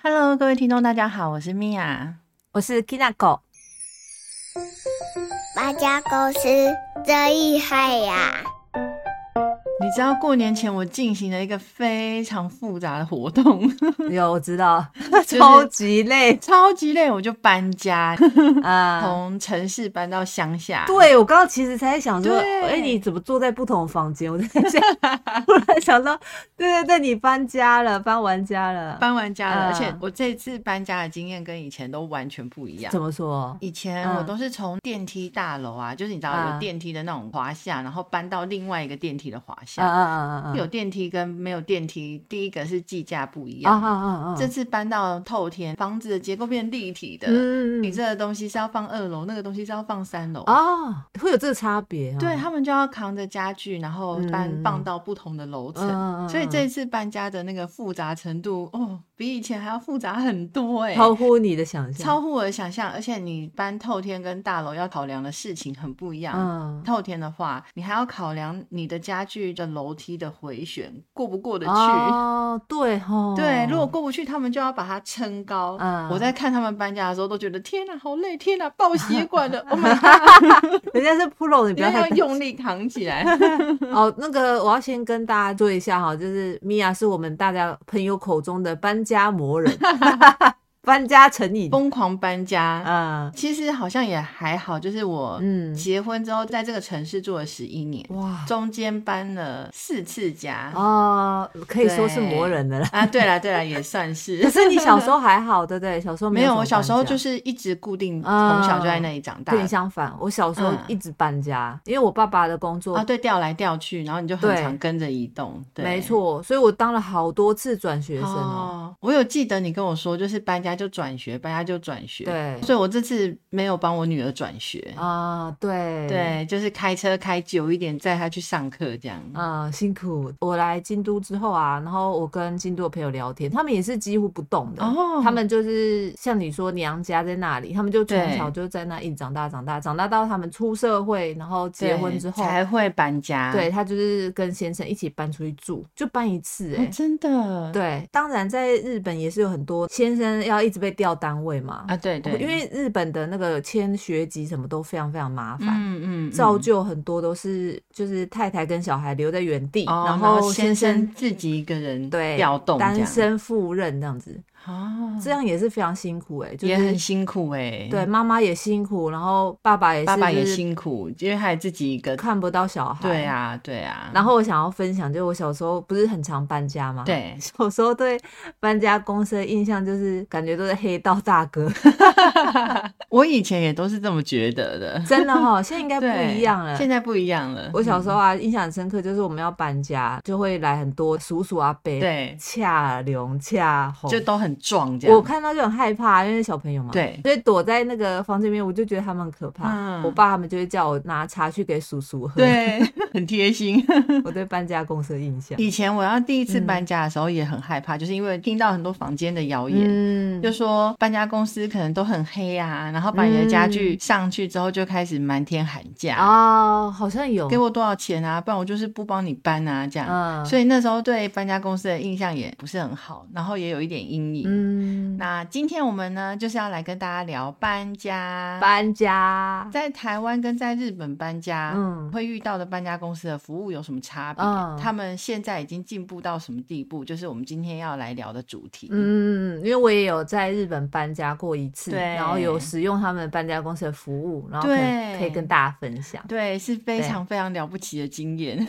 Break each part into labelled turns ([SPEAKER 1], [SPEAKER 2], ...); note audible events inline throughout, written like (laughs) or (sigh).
[SPEAKER 1] Hello，各位听众，大家好，我是米娅。
[SPEAKER 2] 我是 Kinako。
[SPEAKER 1] (laughs)
[SPEAKER 3] 八家公司真厉害呀！
[SPEAKER 1] 你知道过年前我进行了一个非常复杂的活动， (laughs)
[SPEAKER 2] 有我知道，
[SPEAKER 1] 是
[SPEAKER 2] (laughs) 超级
[SPEAKER 1] (laughs)
[SPEAKER 2] 累
[SPEAKER 1] 超级累，我就搬家，
[SPEAKER 2] 啊！
[SPEAKER 1] 从城市搬到乡下。
[SPEAKER 2] 对，我刚刚其实才在想说，
[SPEAKER 1] 对
[SPEAKER 2] 哎，你怎么坐在不同的房间？我在
[SPEAKER 1] (laughs)
[SPEAKER 2] 想，突然想到，对对对，你搬家了，搬完家了，
[SPEAKER 1] 搬完家了，
[SPEAKER 2] 嗯
[SPEAKER 1] 而且我这次搬家的经验跟以前都完全不一样
[SPEAKER 2] 怎。么说？
[SPEAKER 1] 以前
[SPEAKER 2] 嗯
[SPEAKER 1] 我都是从电梯大楼啊，就是你知道
[SPEAKER 2] 啊
[SPEAKER 1] 有电梯的那种滑下，然后搬到另外一个电梯的滑
[SPEAKER 2] 啊
[SPEAKER 1] 下。
[SPEAKER 2] 啊啊啊！
[SPEAKER 1] 有电梯跟没有电梯，第一个是计价不一
[SPEAKER 2] 啊
[SPEAKER 1] 样。
[SPEAKER 2] 啊啊啊！
[SPEAKER 1] 这次搬到透天，房子的结构变立体的，
[SPEAKER 2] 嗯嗯
[SPEAKER 1] 你
[SPEAKER 2] 嗯
[SPEAKER 1] 这个东西是要放二楼，那个东西是要放三楼。
[SPEAKER 2] 哦，会有这个差别哦
[SPEAKER 1] 对他们就要扛着家具，然后搬、
[SPEAKER 2] 嗯
[SPEAKER 1] 放到不同的楼层，
[SPEAKER 2] 嗯嗯嗯
[SPEAKER 1] 所以这一次搬家的那个复杂程度，哦，比以前还要复杂很多哎、
[SPEAKER 2] 超乎你的想象，
[SPEAKER 1] 超乎我的想象。而且你搬透天跟大楼要考量的事情很不一样。
[SPEAKER 2] 嗯，
[SPEAKER 1] 透天的话，你还要考量你的家具的楼梯的回旋过不过得去。
[SPEAKER 2] 哦，对哦，
[SPEAKER 1] 对，如果过不去，他们就要把它撑高。
[SPEAKER 2] 嗯
[SPEAKER 1] 我在看他们搬家的时候，都觉得天哪、好累，天哪、爆血管
[SPEAKER 2] (laughs)
[SPEAKER 1] 了，Oh my god！
[SPEAKER 2] 人家是 pro，你
[SPEAKER 1] 你
[SPEAKER 2] 不要
[SPEAKER 1] 要
[SPEAKER 2] 太
[SPEAKER 1] 用力扛起来。 (laughs)
[SPEAKER 2] 哦，那个我要先跟大家说一下哈，就是米娅是我们大家朋友口中的搬家魔人， (laughs) 搬家成瘾，
[SPEAKER 1] 疯狂搬家，呃
[SPEAKER 2] 啊，
[SPEAKER 1] 其实好像也还好，就是我
[SPEAKER 2] 嗯，
[SPEAKER 1] 结婚之后在这个城市住了十一年，
[SPEAKER 2] 哇，
[SPEAKER 1] 中间搬了四次家。
[SPEAKER 2] 哦，可以说是魔人的啦。
[SPEAKER 1] 啊，对了对了，也算是
[SPEAKER 2] (laughs) 可。是你小时候还好，对不对？小时候
[SPEAKER 1] 没
[SPEAKER 2] 有
[SPEAKER 1] 有，
[SPEAKER 2] 什么
[SPEAKER 1] 我小时候
[SPEAKER 2] 搬家
[SPEAKER 1] 就是一直固定，
[SPEAKER 2] 啊
[SPEAKER 1] 从小就在那里长大
[SPEAKER 2] 跟。你相反，我小时候
[SPEAKER 1] 嗯
[SPEAKER 2] 一直搬家，因为我爸爸的工作
[SPEAKER 1] 啊，对，调来调去，然后你就很
[SPEAKER 2] 对
[SPEAKER 1] 常跟着移动。对，
[SPEAKER 2] 没。错，所以我当了好多次转学生哦。
[SPEAKER 1] 哦，我有记得你跟我说，就是搬家就转学，搬家就转学。，
[SPEAKER 2] 对
[SPEAKER 1] 所以我这次没有帮我女儿转学。
[SPEAKER 2] 啊，对
[SPEAKER 1] 对，就是开车开久一点，载她去上课这样。
[SPEAKER 2] 嗯，辛苦。我来京都之后啊，然后我跟京都的朋友聊天，他们也是几乎不动的。
[SPEAKER 1] 哦
[SPEAKER 2] 他们就是像你说娘家在那里，他们就从
[SPEAKER 1] 对
[SPEAKER 2] 小就在那一直长大，长大，长大到他们出社会，然后结婚
[SPEAKER 1] 哦对
[SPEAKER 2] 之后，
[SPEAKER 1] 才会啊搬家。
[SPEAKER 2] 对他就是跟先生一起搬出去住，就搬一次、
[SPEAKER 1] 哦
[SPEAKER 2] 欸，哎、
[SPEAKER 1] 真的，
[SPEAKER 2] 对，当然在日本也是有很多先生要一直被调单位嘛，
[SPEAKER 1] 啊，对对，
[SPEAKER 2] 因为日本的那个签学籍什么都非常非常麻烦。
[SPEAKER 1] 嗯嗯，
[SPEAKER 2] 造
[SPEAKER 1] 嗯
[SPEAKER 2] 就很多都是就是太太跟小孩留在原地，
[SPEAKER 1] 哦然
[SPEAKER 2] 后
[SPEAKER 1] 先
[SPEAKER 2] 生
[SPEAKER 1] 自己一个人
[SPEAKER 2] 对
[SPEAKER 1] 调动这样
[SPEAKER 2] 单身赴任这样子，
[SPEAKER 1] 哦，
[SPEAKER 2] 这样也是非常辛苦哎、就
[SPEAKER 1] 也很
[SPEAKER 2] 是
[SPEAKER 1] 辛苦哎。
[SPEAKER 2] 对，妈妈也辛苦，然后爸爸也是
[SPEAKER 1] 爸爸也
[SPEAKER 2] 就是
[SPEAKER 1] 辛苦，因为还自己一个。
[SPEAKER 2] 看不到小孩，
[SPEAKER 1] 对。啊，对啊。
[SPEAKER 2] 然后我想要分享，就我小时候不是很常搬家嘛，，
[SPEAKER 1] 对，
[SPEAKER 2] (laughs) 小时候对搬家公司的印象就是感觉都是黑道大哥， (laughs)
[SPEAKER 1] 我以前也都是这么觉得的。
[SPEAKER 2] 真的哈、现在应该不
[SPEAKER 1] 对，
[SPEAKER 2] 一样了。
[SPEAKER 1] 现在嗯不一样了。
[SPEAKER 2] 我小时
[SPEAKER 1] 候
[SPEAKER 2] 候啊，印象很深刻，就是我们要搬家，就会来很多叔叔阿伯，，
[SPEAKER 1] 对，
[SPEAKER 2] 恰龙恰红，
[SPEAKER 1] 就都很壮这样。
[SPEAKER 2] 我看到就很害怕，因为小朋友嘛，
[SPEAKER 1] 对
[SPEAKER 2] 所以躲在那个房间里面，我就觉得他们很可怕。
[SPEAKER 1] 嗯
[SPEAKER 2] 我爸他们就会叫我拿茶去给叔叔喝。，
[SPEAKER 1] 对， (laughs) 很贴心。
[SPEAKER 2] 我对搬家公司的印象。
[SPEAKER 1] 以前我要第一次搬家的时候也很害怕，就是因为听到很多房间的谣言，
[SPEAKER 2] 嗯，
[SPEAKER 1] 就说搬家公司可能都很黑啊，然后把你的家具上去之后就开始瞒天喊价，
[SPEAKER 2] 啊、好像有
[SPEAKER 1] 给我多少钱啊，不然我就是不帮你搬啊这样。
[SPEAKER 2] 嗯
[SPEAKER 1] 所以那时候对搬家公司的印象也不是很好，然后也有一点阴影。
[SPEAKER 2] 嗯，
[SPEAKER 1] 那今天我们呢，就是要来跟大家聊搬家。
[SPEAKER 2] 搬家，
[SPEAKER 1] 在台湾跟在日本搬家，
[SPEAKER 2] 嗯
[SPEAKER 1] 会遇到的搬家公司的服务有什么差别？
[SPEAKER 2] 嗯
[SPEAKER 1] 他们现在已经进步到什么地步？就是我们今天要来聊的主题。
[SPEAKER 2] 嗯，因为我也有在日本搬家过一次，
[SPEAKER 1] 对
[SPEAKER 2] 然后有使用他们搬家公司的服务，然后可
[SPEAKER 1] 对
[SPEAKER 2] 能可以跟大家分享，
[SPEAKER 1] 对，是非常非常了不起的经验。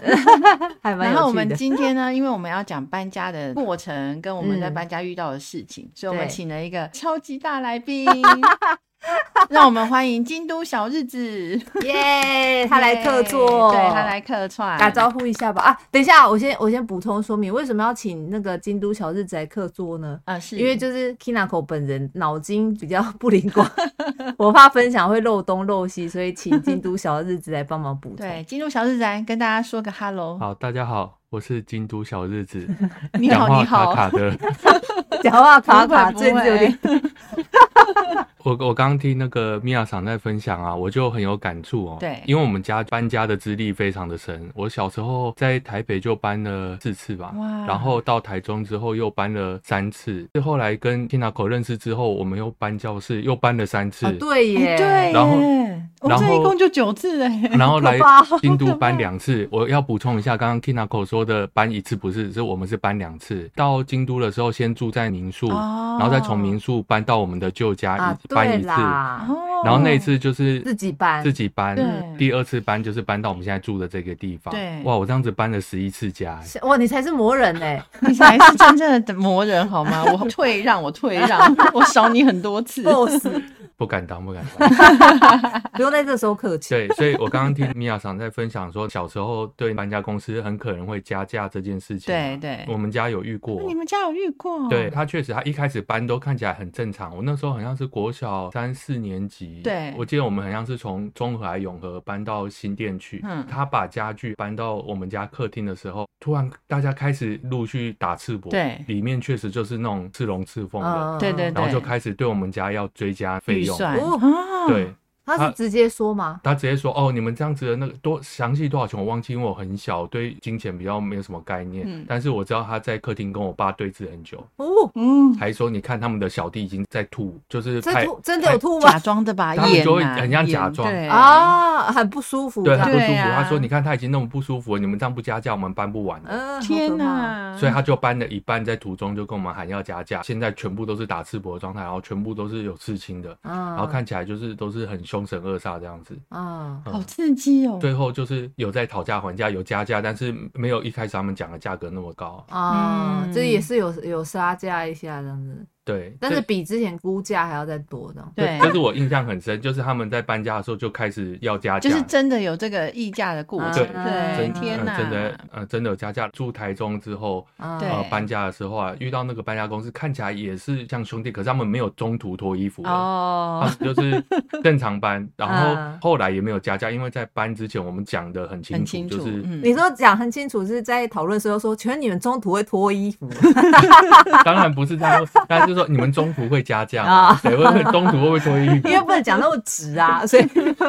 [SPEAKER 2] 还呃
[SPEAKER 1] (laughs)
[SPEAKER 2] 蛮
[SPEAKER 1] 然后我
[SPEAKER 2] 有趣
[SPEAKER 1] 们
[SPEAKER 2] 的。
[SPEAKER 1] 今天
[SPEAKER 2] (laughs)
[SPEAKER 1] 呢，因为我们要讲搬家的过程，跟我们在
[SPEAKER 2] 嗯
[SPEAKER 1] 搬家遇到的事情，所以我们
[SPEAKER 2] 对
[SPEAKER 1] 请了一个超级大来
[SPEAKER 2] (laughs)
[SPEAKER 1] 宾，让我们欢迎京都小日子，
[SPEAKER 2] 耶 (laughs) 他来客座，
[SPEAKER 1] 对他来客串，
[SPEAKER 2] 打招呼一下吧啊！等一下，我先我先补充说明，为什么要请那个京都小日子来客座呢？
[SPEAKER 1] 啊，是
[SPEAKER 2] 因为就是 Kinako 本人脑筋比较不灵光， (laughs) 我怕分享会漏东漏西，所以请京都小日子来帮忙补充。
[SPEAKER 1] 对京都小日子来跟大家说个 hello，
[SPEAKER 4] 好，大家好，我是京都小日子，
[SPEAKER 1] 哦 (laughs) 你
[SPEAKER 4] 讲
[SPEAKER 1] 好
[SPEAKER 4] 话
[SPEAKER 1] 你好，
[SPEAKER 4] 卡卡的，
[SPEAKER 2] 讲话卡
[SPEAKER 1] (laughs)
[SPEAKER 2] 卡，
[SPEAKER 1] 不会
[SPEAKER 2] 最
[SPEAKER 1] 不
[SPEAKER 2] 近
[SPEAKER 1] 会
[SPEAKER 2] 有点
[SPEAKER 4] 我我刚刚听那个米娅桑在分享啊，我就很有感触哦。
[SPEAKER 1] 对
[SPEAKER 4] 因为我们家搬家的资历非常的深，我小时候在台北就搬了四次吧，
[SPEAKER 1] 哇
[SPEAKER 4] 然后到台中之后又搬了三次，是后来跟 Tina 认识之后，我们又搬教室，又搬了三次。
[SPEAKER 2] 啊，对耶，
[SPEAKER 1] 哎对耶，
[SPEAKER 4] 然后
[SPEAKER 1] 我们
[SPEAKER 4] 然
[SPEAKER 1] 这一
[SPEAKER 4] 后
[SPEAKER 1] 共就九次哎，
[SPEAKER 4] 然后来
[SPEAKER 2] 可怕好
[SPEAKER 4] 京
[SPEAKER 1] 可
[SPEAKER 4] 都
[SPEAKER 1] 怕
[SPEAKER 4] 搬两次，我要补充一下，刚刚 Kinako 说的搬一次不是，是我们是搬两次。到京都的时候，先住在民宿，
[SPEAKER 1] 哦
[SPEAKER 4] 然后再从民宿搬到我们的旧家，
[SPEAKER 2] 啊，
[SPEAKER 4] 一搬
[SPEAKER 2] 对
[SPEAKER 4] 一次。
[SPEAKER 2] 啦，
[SPEAKER 1] 哦，
[SPEAKER 4] 然后那一次就是
[SPEAKER 2] 自己搬
[SPEAKER 4] 自己搬
[SPEAKER 1] 对，
[SPEAKER 4] 第二次搬就是搬到我们现在住的这个地方。
[SPEAKER 1] 对
[SPEAKER 4] 哇，我这样子搬了十一次家、欸
[SPEAKER 2] 哇，你才是魔人哎、
[SPEAKER 1] (laughs) 你才是真正的魔人好吗？我退让，我退让，我少你很多次。
[SPEAKER 2] boss，
[SPEAKER 4] 不敢当，不敢当。
[SPEAKER 2] (laughs) 不用在这时候客气。
[SPEAKER 4] 对，所以我刚刚听米娅桑在分享说，小时候对搬家公司很可能会加价这件事情、
[SPEAKER 1] 对，
[SPEAKER 4] 啊
[SPEAKER 1] 对，
[SPEAKER 4] 我们家有遇过。
[SPEAKER 1] 你们家有遇过？哦
[SPEAKER 4] 对他确实，他一开始搬都看起来很正常。我那时候好像是国小三四年级，
[SPEAKER 1] 对
[SPEAKER 4] 我记得我们好像是从中和还永和搬到新店去。
[SPEAKER 1] 嗯
[SPEAKER 4] 他把家具搬到我们家客厅的时候，突然大家开始陆续打赤膊，
[SPEAKER 1] 对
[SPEAKER 4] 里面确实就是那种赤龙赤凤的，
[SPEAKER 2] 嗯，
[SPEAKER 1] 对对对
[SPEAKER 4] 然后就开始对我们家要追加费
[SPEAKER 1] 预
[SPEAKER 4] 用。
[SPEAKER 1] 算
[SPEAKER 2] 哦
[SPEAKER 1] 啊，
[SPEAKER 4] 对，
[SPEAKER 2] 他是直接说吗？
[SPEAKER 4] 他直接说：“哦，你们这样子的那个多详细多少钱我忘记，因为我很小，对金钱比较没有什么概念。
[SPEAKER 1] 嗯
[SPEAKER 4] 但是我知道他在客厅跟我爸对峙很久，
[SPEAKER 2] 哦，
[SPEAKER 1] 嗯，
[SPEAKER 4] 还说你看他们的小弟已经在吐，就是
[SPEAKER 2] 这
[SPEAKER 4] 拍
[SPEAKER 2] 吐真的有吐
[SPEAKER 1] 假
[SPEAKER 2] 吗？
[SPEAKER 1] 装的吧，
[SPEAKER 4] 他们
[SPEAKER 1] 演
[SPEAKER 4] 就会
[SPEAKER 1] 啊
[SPEAKER 4] 很像假
[SPEAKER 1] 演
[SPEAKER 4] 装
[SPEAKER 1] 对啊，
[SPEAKER 2] 啊，很不舒服。
[SPEAKER 4] 对
[SPEAKER 2] 这
[SPEAKER 4] 很
[SPEAKER 2] 样
[SPEAKER 4] 不舒服。
[SPEAKER 1] 对啊
[SPEAKER 4] 他说你看他已经那么不舒服了，你们这样不加价，我们搬不完。
[SPEAKER 2] 嗯，好
[SPEAKER 1] 天
[SPEAKER 2] 可怕
[SPEAKER 1] 哪！
[SPEAKER 4] 所以他就搬了一半，在途中就跟我们喊要加价。现在全部都是打赤膊的状态，然后全部都是有刺青的，
[SPEAKER 2] 嗯，
[SPEAKER 4] 然后看起来就是都是很凶神恶煞这样子。
[SPEAKER 2] 嗯，
[SPEAKER 1] 好刺激哦。
[SPEAKER 4] 最后就是有在讨价还价，有加价，但是没有一开始他们讲的价格那么高。
[SPEAKER 2] 啊，
[SPEAKER 1] 嗯
[SPEAKER 2] 这也是有有杀价一下这样子，
[SPEAKER 4] 对，
[SPEAKER 2] 但是
[SPEAKER 4] 这
[SPEAKER 2] 比之前估价还要再多的。
[SPEAKER 1] 对
[SPEAKER 4] 这是我印象很深，就是他们在搬家的时候就开始要加价，
[SPEAKER 1] 就是真的有这个议价的过程，
[SPEAKER 2] 对
[SPEAKER 1] 对，
[SPEAKER 4] 啊真
[SPEAKER 1] 天
[SPEAKER 4] 嗯
[SPEAKER 1] 哪，
[SPEAKER 4] 真的呃真的有加价。住台中之后，
[SPEAKER 2] 嗯
[SPEAKER 1] 对
[SPEAKER 4] 呃搬家的时候啊，遇到那个搬家公司，看起来也是像兄弟，可是他们没有中途脱衣服了。他
[SPEAKER 1] 哦，
[SPEAKER 4] 们就是正常搬，然后
[SPEAKER 2] (laughs) 嗯
[SPEAKER 4] 后来也没有加价，因为在搬之前我们讲的很清
[SPEAKER 1] 很
[SPEAKER 4] 楚，
[SPEAKER 1] 清楚，
[SPEAKER 4] 就是
[SPEAKER 1] 嗯，
[SPEAKER 2] 你说讲很清楚，是在讨论的时候说，请问你们中途会脱衣服
[SPEAKER 1] (laughs)
[SPEAKER 2] 吗？
[SPEAKER 4] (laughs) 当然不是他
[SPEAKER 2] (laughs)
[SPEAKER 4] 说，他就说你们中途会加价嘛，
[SPEAKER 2] 啊
[SPEAKER 4] 谁会会中途会不会脱衣
[SPEAKER 2] (laughs)
[SPEAKER 4] 服
[SPEAKER 2] 因？为不能讲那么直啊，所以 (laughs)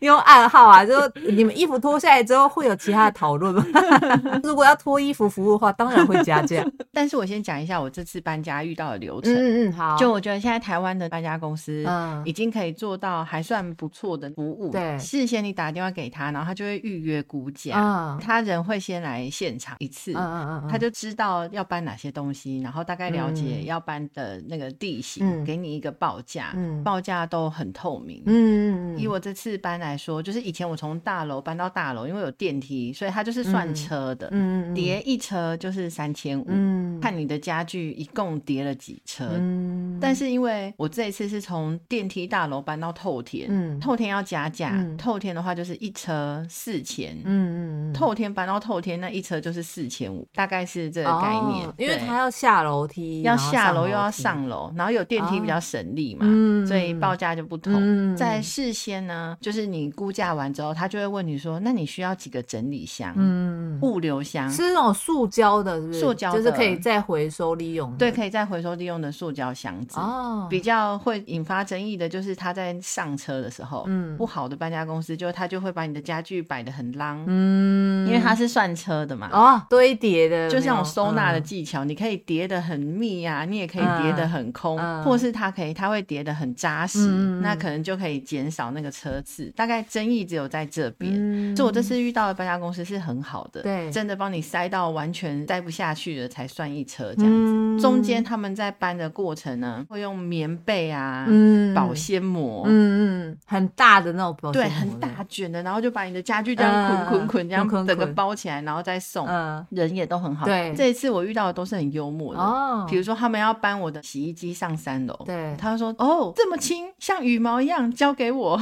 [SPEAKER 2] 用暗号啊，就说你们衣服脱下来之后会有其他的讨论吗？ (laughs) 如果要脱衣服服务的话，当然会加
[SPEAKER 1] (laughs)
[SPEAKER 2] 价。
[SPEAKER 1] 但是我先讲一下我这次搬家遇到的流程。
[SPEAKER 2] 嗯嗯，好，
[SPEAKER 1] 就我觉得现在台湾的搬家公司，
[SPEAKER 2] 嗯
[SPEAKER 1] 已经可以做到还算不错的服务。
[SPEAKER 2] 对
[SPEAKER 1] 事先你打电话给他，然后他就会预约估价，
[SPEAKER 2] 嗯
[SPEAKER 1] 他人会先来现场一次
[SPEAKER 2] 嗯，嗯嗯，
[SPEAKER 1] 他就知道要搬哪些东西，然后大概了解
[SPEAKER 2] 嗯
[SPEAKER 1] 要搬的那个地形，
[SPEAKER 2] 嗯
[SPEAKER 1] 给你一个报价，
[SPEAKER 2] 嗯
[SPEAKER 1] 报价都很透明。
[SPEAKER 2] 嗯嗯嗯
[SPEAKER 1] 以我这次搬来说，就是以前我从大楼搬到大楼，因为有电梯，所以它就是算
[SPEAKER 2] 嗯
[SPEAKER 1] 车的，
[SPEAKER 2] 嗯嗯
[SPEAKER 1] 叠一车就是三千五，
[SPEAKER 2] 嗯
[SPEAKER 1] 看你的家具一共叠了几车。
[SPEAKER 2] 嗯
[SPEAKER 1] 呃但是因为我这一次是从电梯大楼搬到透天，
[SPEAKER 2] 嗯
[SPEAKER 1] 透天要加价，
[SPEAKER 2] 嗯
[SPEAKER 1] 透天的话就是一车四千，
[SPEAKER 2] 嗯嗯嗯
[SPEAKER 1] 透天搬到透天那一车就是四千五，大概是这个概念。
[SPEAKER 2] 哦因为
[SPEAKER 1] 对
[SPEAKER 2] 他要下楼梯，
[SPEAKER 1] 要
[SPEAKER 2] 然后
[SPEAKER 1] 下楼
[SPEAKER 2] 楼
[SPEAKER 1] 又要
[SPEAKER 2] 梯哦
[SPEAKER 1] 上楼，然后有电梯比较省力嘛，
[SPEAKER 2] 嗯
[SPEAKER 1] 所以报价就不同。
[SPEAKER 2] 嗯
[SPEAKER 1] 在事先呢，就是你估价完之后，他就会问你说，那你需要几个整理箱、
[SPEAKER 2] 嗯嗯嗯
[SPEAKER 1] 物流箱？
[SPEAKER 2] 是那种塑胶的，是不是
[SPEAKER 1] 塑胶的
[SPEAKER 2] 就是可以再回收利用的，
[SPEAKER 1] 对，可以再回收利用的塑胶箱子。
[SPEAKER 2] 哦，
[SPEAKER 1] 比较会引发争议的就是他在上车的时候，
[SPEAKER 2] 嗯
[SPEAKER 1] 不好的搬家公司就他就会把你的家具摆得很浪，
[SPEAKER 2] 嗯
[SPEAKER 1] 因为它是算车的嘛。
[SPEAKER 2] 哦堆叠的，
[SPEAKER 1] 就像
[SPEAKER 2] 有
[SPEAKER 1] 我收纳的
[SPEAKER 2] 嗯
[SPEAKER 1] 技巧，你可以叠得很密啊，你也可以叠得很空，
[SPEAKER 2] 嗯嗯
[SPEAKER 1] 或是它可以，它会叠得很扎实，
[SPEAKER 2] 嗯嗯嗯
[SPEAKER 1] 那可能就可以减少那个车次。大概争议只有在这边。
[SPEAKER 2] 嗯
[SPEAKER 1] 就我这次遇到的搬家公司是很好的，
[SPEAKER 2] 对
[SPEAKER 1] 真的帮你塞到完全塞不下去的才算一车
[SPEAKER 2] 嗯
[SPEAKER 1] 这样子。中间他们在搬的过程呢，会用棉被啊、
[SPEAKER 2] 嗯
[SPEAKER 1] 保鲜膜，
[SPEAKER 2] 嗯嗯很大的那种保鲜
[SPEAKER 1] 对，
[SPEAKER 2] 膜
[SPEAKER 1] 很大，卷的，然后就把你的家具这样捆捆捆，
[SPEAKER 2] 嗯
[SPEAKER 1] 这样
[SPEAKER 2] 捆捆
[SPEAKER 1] 整个
[SPEAKER 2] 捆
[SPEAKER 1] 包起来，然后再送。
[SPEAKER 2] 嗯
[SPEAKER 1] 人也都很好。
[SPEAKER 2] 对
[SPEAKER 1] 这一次我遇到的都是很幽默的。
[SPEAKER 2] 哦，
[SPEAKER 1] 比如说，他们要搬我的洗衣机上三楼，
[SPEAKER 2] 对
[SPEAKER 1] 他就说：“哦，这么轻，像羽毛一样，交给
[SPEAKER 2] (laughs)
[SPEAKER 1] 我。”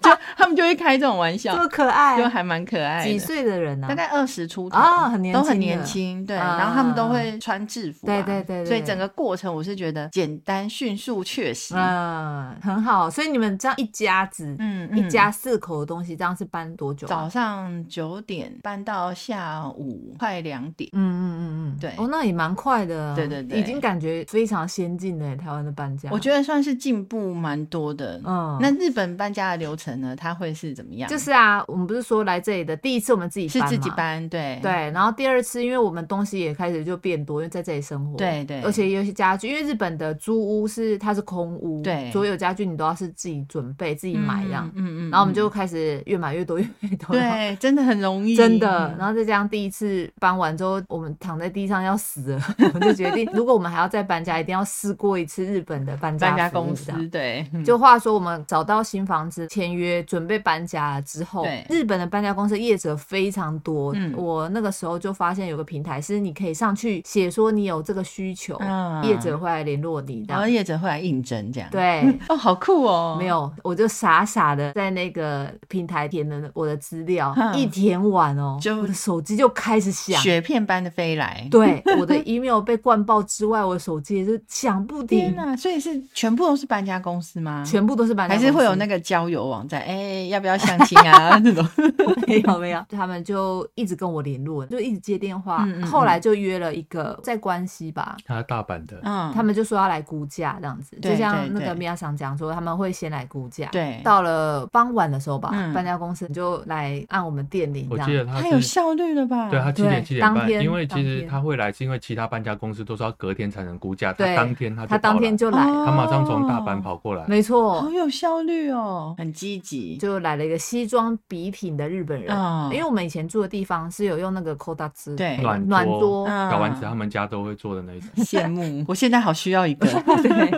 [SPEAKER 1] 就他们就会开这种玩笑
[SPEAKER 2] 这，么可爱，
[SPEAKER 1] 就还蛮可爱的。
[SPEAKER 2] 几岁的人呢？啊
[SPEAKER 1] 大概二十出头
[SPEAKER 2] 哦很年轻
[SPEAKER 1] 都很
[SPEAKER 2] 的
[SPEAKER 1] 年轻，对，
[SPEAKER 2] 啊
[SPEAKER 1] 然后他们都会穿制服啊、
[SPEAKER 2] 对对对对
[SPEAKER 1] 所以整个过程我是觉得的简单、迅速、确实。
[SPEAKER 2] 嗯，很好。所以你们这样一家子，
[SPEAKER 1] 嗯，嗯
[SPEAKER 2] 一家四口的东西，这样是搬多久、啊？
[SPEAKER 1] 早上九点搬到下午快两点。
[SPEAKER 2] 嗯嗯嗯嗯，
[SPEAKER 1] 对
[SPEAKER 2] 哦，那也蛮快的啊，
[SPEAKER 1] 对对对
[SPEAKER 2] 已经感觉非常先进的台湾的搬家，
[SPEAKER 1] 我觉得算是进步蛮多的。
[SPEAKER 2] 嗯，
[SPEAKER 1] 那日本搬家的流程呢？它会是怎么样？
[SPEAKER 2] 就是啊，我们不是说来这里的第一次我们自己
[SPEAKER 1] 是
[SPEAKER 2] 搬
[SPEAKER 1] 自己
[SPEAKER 2] 嘛。
[SPEAKER 1] 搬，对
[SPEAKER 2] 对，然后第二次，因为我们东西也开始就变多，因为在这里生活，
[SPEAKER 1] 对对
[SPEAKER 2] 而且有些家具，因为日本的租屋是它是空屋，
[SPEAKER 1] 对
[SPEAKER 2] 所有家具你都要是自己准备、自己
[SPEAKER 1] 嗯
[SPEAKER 2] 买这样，
[SPEAKER 1] 嗯
[SPEAKER 2] 然后我们就开始越买越多，越买越多，然后 (laughs)
[SPEAKER 1] 对，真的很容易，
[SPEAKER 2] 真的，然
[SPEAKER 1] 嗯
[SPEAKER 2] 后再加上第一次搬完之后，我们躺在地上要死了， (laughs) 我们就决定，如果我们还要再搬家，一定要试过一次日本的搬家
[SPEAKER 1] 搬家
[SPEAKER 2] 服务
[SPEAKER 1] 公
[SPEAKER 2] 这样
[SPEAKER 1] 司，对，
[SPEAKER 2] 就话说，我们找到新房子，签约准备搬家了之后
[SPEAKER 1] 对，
[SPEAKER 2] 日本的搬家公司业者非常多。
[SPEAKER 1] 嗯
[SPEAKER 2] 我那个时候就发现有个平台是你可以上去写说你有这个需求，
[SPEAKER 1] 嗯哎
[SPEAKER 2] 业者会来联络你
[SPEAKER 1] 然后
[SPEAKER 2] 的。
[SPEAKER 1] 业者会来应征这样。 (laughs)
[SPEAKER 2] 对，
[SPEAKER 1] 哦，好酷哦！
[SPEAKER 2] 没，有，我就傻傻的在那个平台填了我的资料，
[SPEAKER 1] 哼
[SPEAKER 2] 一填完哦，
[SPEAKER 1] 就
[SPEAKER 2] 我的手机就开始响。
[SPEAKER 1] 雪片般的飞来。 (laughs)
[SPEAKER 2] 对，我的 email 被灌爆之外，我的手机也是响不
[SPEAKER 1] 天
[SPEAKER 2] 停，
[SPEAKER 1] 哪！所以是全部都是搬家公司吗？
[SPEAKER 2] 全部都是搬家
[SPEAKER 1] 还
[SPEAKER 2] 公司。
[SPEAKER 1] 是会有那个交友网站？哎，要不要相亲啊？ (laughs) 那种。
[SPEAKER 2] (laughs) 没有
[SPEAKER 1] (laughs)
[SPEAKER 2] 没有，他们就一直跟我联络，就一直接电话。
[SPEAKER 1] 嗯嗯嗯
[SPEAKER 2] 后来就约了一个在关西吧，
[SPEAKER 4] 他大阪的，
[SPEAKER 1] 嗯，
[SPEAKER 2] 他们就说要来估价这样子，
[SPEAKER 1] 对
[SPEAKER 2] 就像那
[SPEAKER 1] 对
[SPEAKER 2] 个
[SPEAKER 1] 对
[SPEAKER 2] 米亚桑讲说，他们会先来估价。
[SPEAKER 1] 对
[SPEAKER 2] 到了傍晚的时候吧，
[SPEAKER 1] 嗯
[SPEAKER 2] 搬家公司就来按我们店铃这
[SPEAKER 4] 我
[SPEAKER 2] 样
[SPEAKER 4] 记。得他
[SPEAKER 1] 太有
[SPEAKER 4] 是。
[SPEAKER 1] 效率了吧？
[SPEAKER 4] 对他七点
[SPEAKER 2] 对
[SPEAKER 4] 七点
[SPEAKER 2] 当
[SPEAKER 4] 半，
[SPEAKER 2] 天
[SPEAKER 4] 因为其
[SPEAKER 2] 当
[SPEAKER 4] 实
[SPEAKER 2] 天
[SPEAKER 4] 他会来，是因为其他搬家公司都是要隔天才能估价，他
[SPEAKER 2] 对
[SPEAKER 4] 当天他就
[SPEAKER 2] 他当
[SPEAKER 4] 到
[SPEAKER 2] 天
[SPEAKER 4] 了
[SPEAKER 2] 就来了，
[SPEAKER 4] 他马上从大阪跑过来，
[SPEAKER 2] 没
[SPEAKER 1] 好
[SPEAKER 2] 错，
[SPEAKER 1] 有效率哦，很积极。
[SPEAKER 2] 就来了一个西装笔挺的日本人。
[SPEAKER 1] 嗯
[SPEAKER 2] 因为我们以前住的地方是有用那个 Kodatsu
[SPEAKER 1] 对
[SPEAKER 4] 暖
[SPEAKER 2] 暖
[SPEAKER 4] 桌
[SPEAKER 2] 桌，
[SPEAKER 1] 嗯
[SPEAKER 4] 小丸子他们家都会做的那一种。
[SPEAKER 1] 羡慕， (laughs) 我现在好需要 (laughs) 一个。
[SPEAKER 2] 对。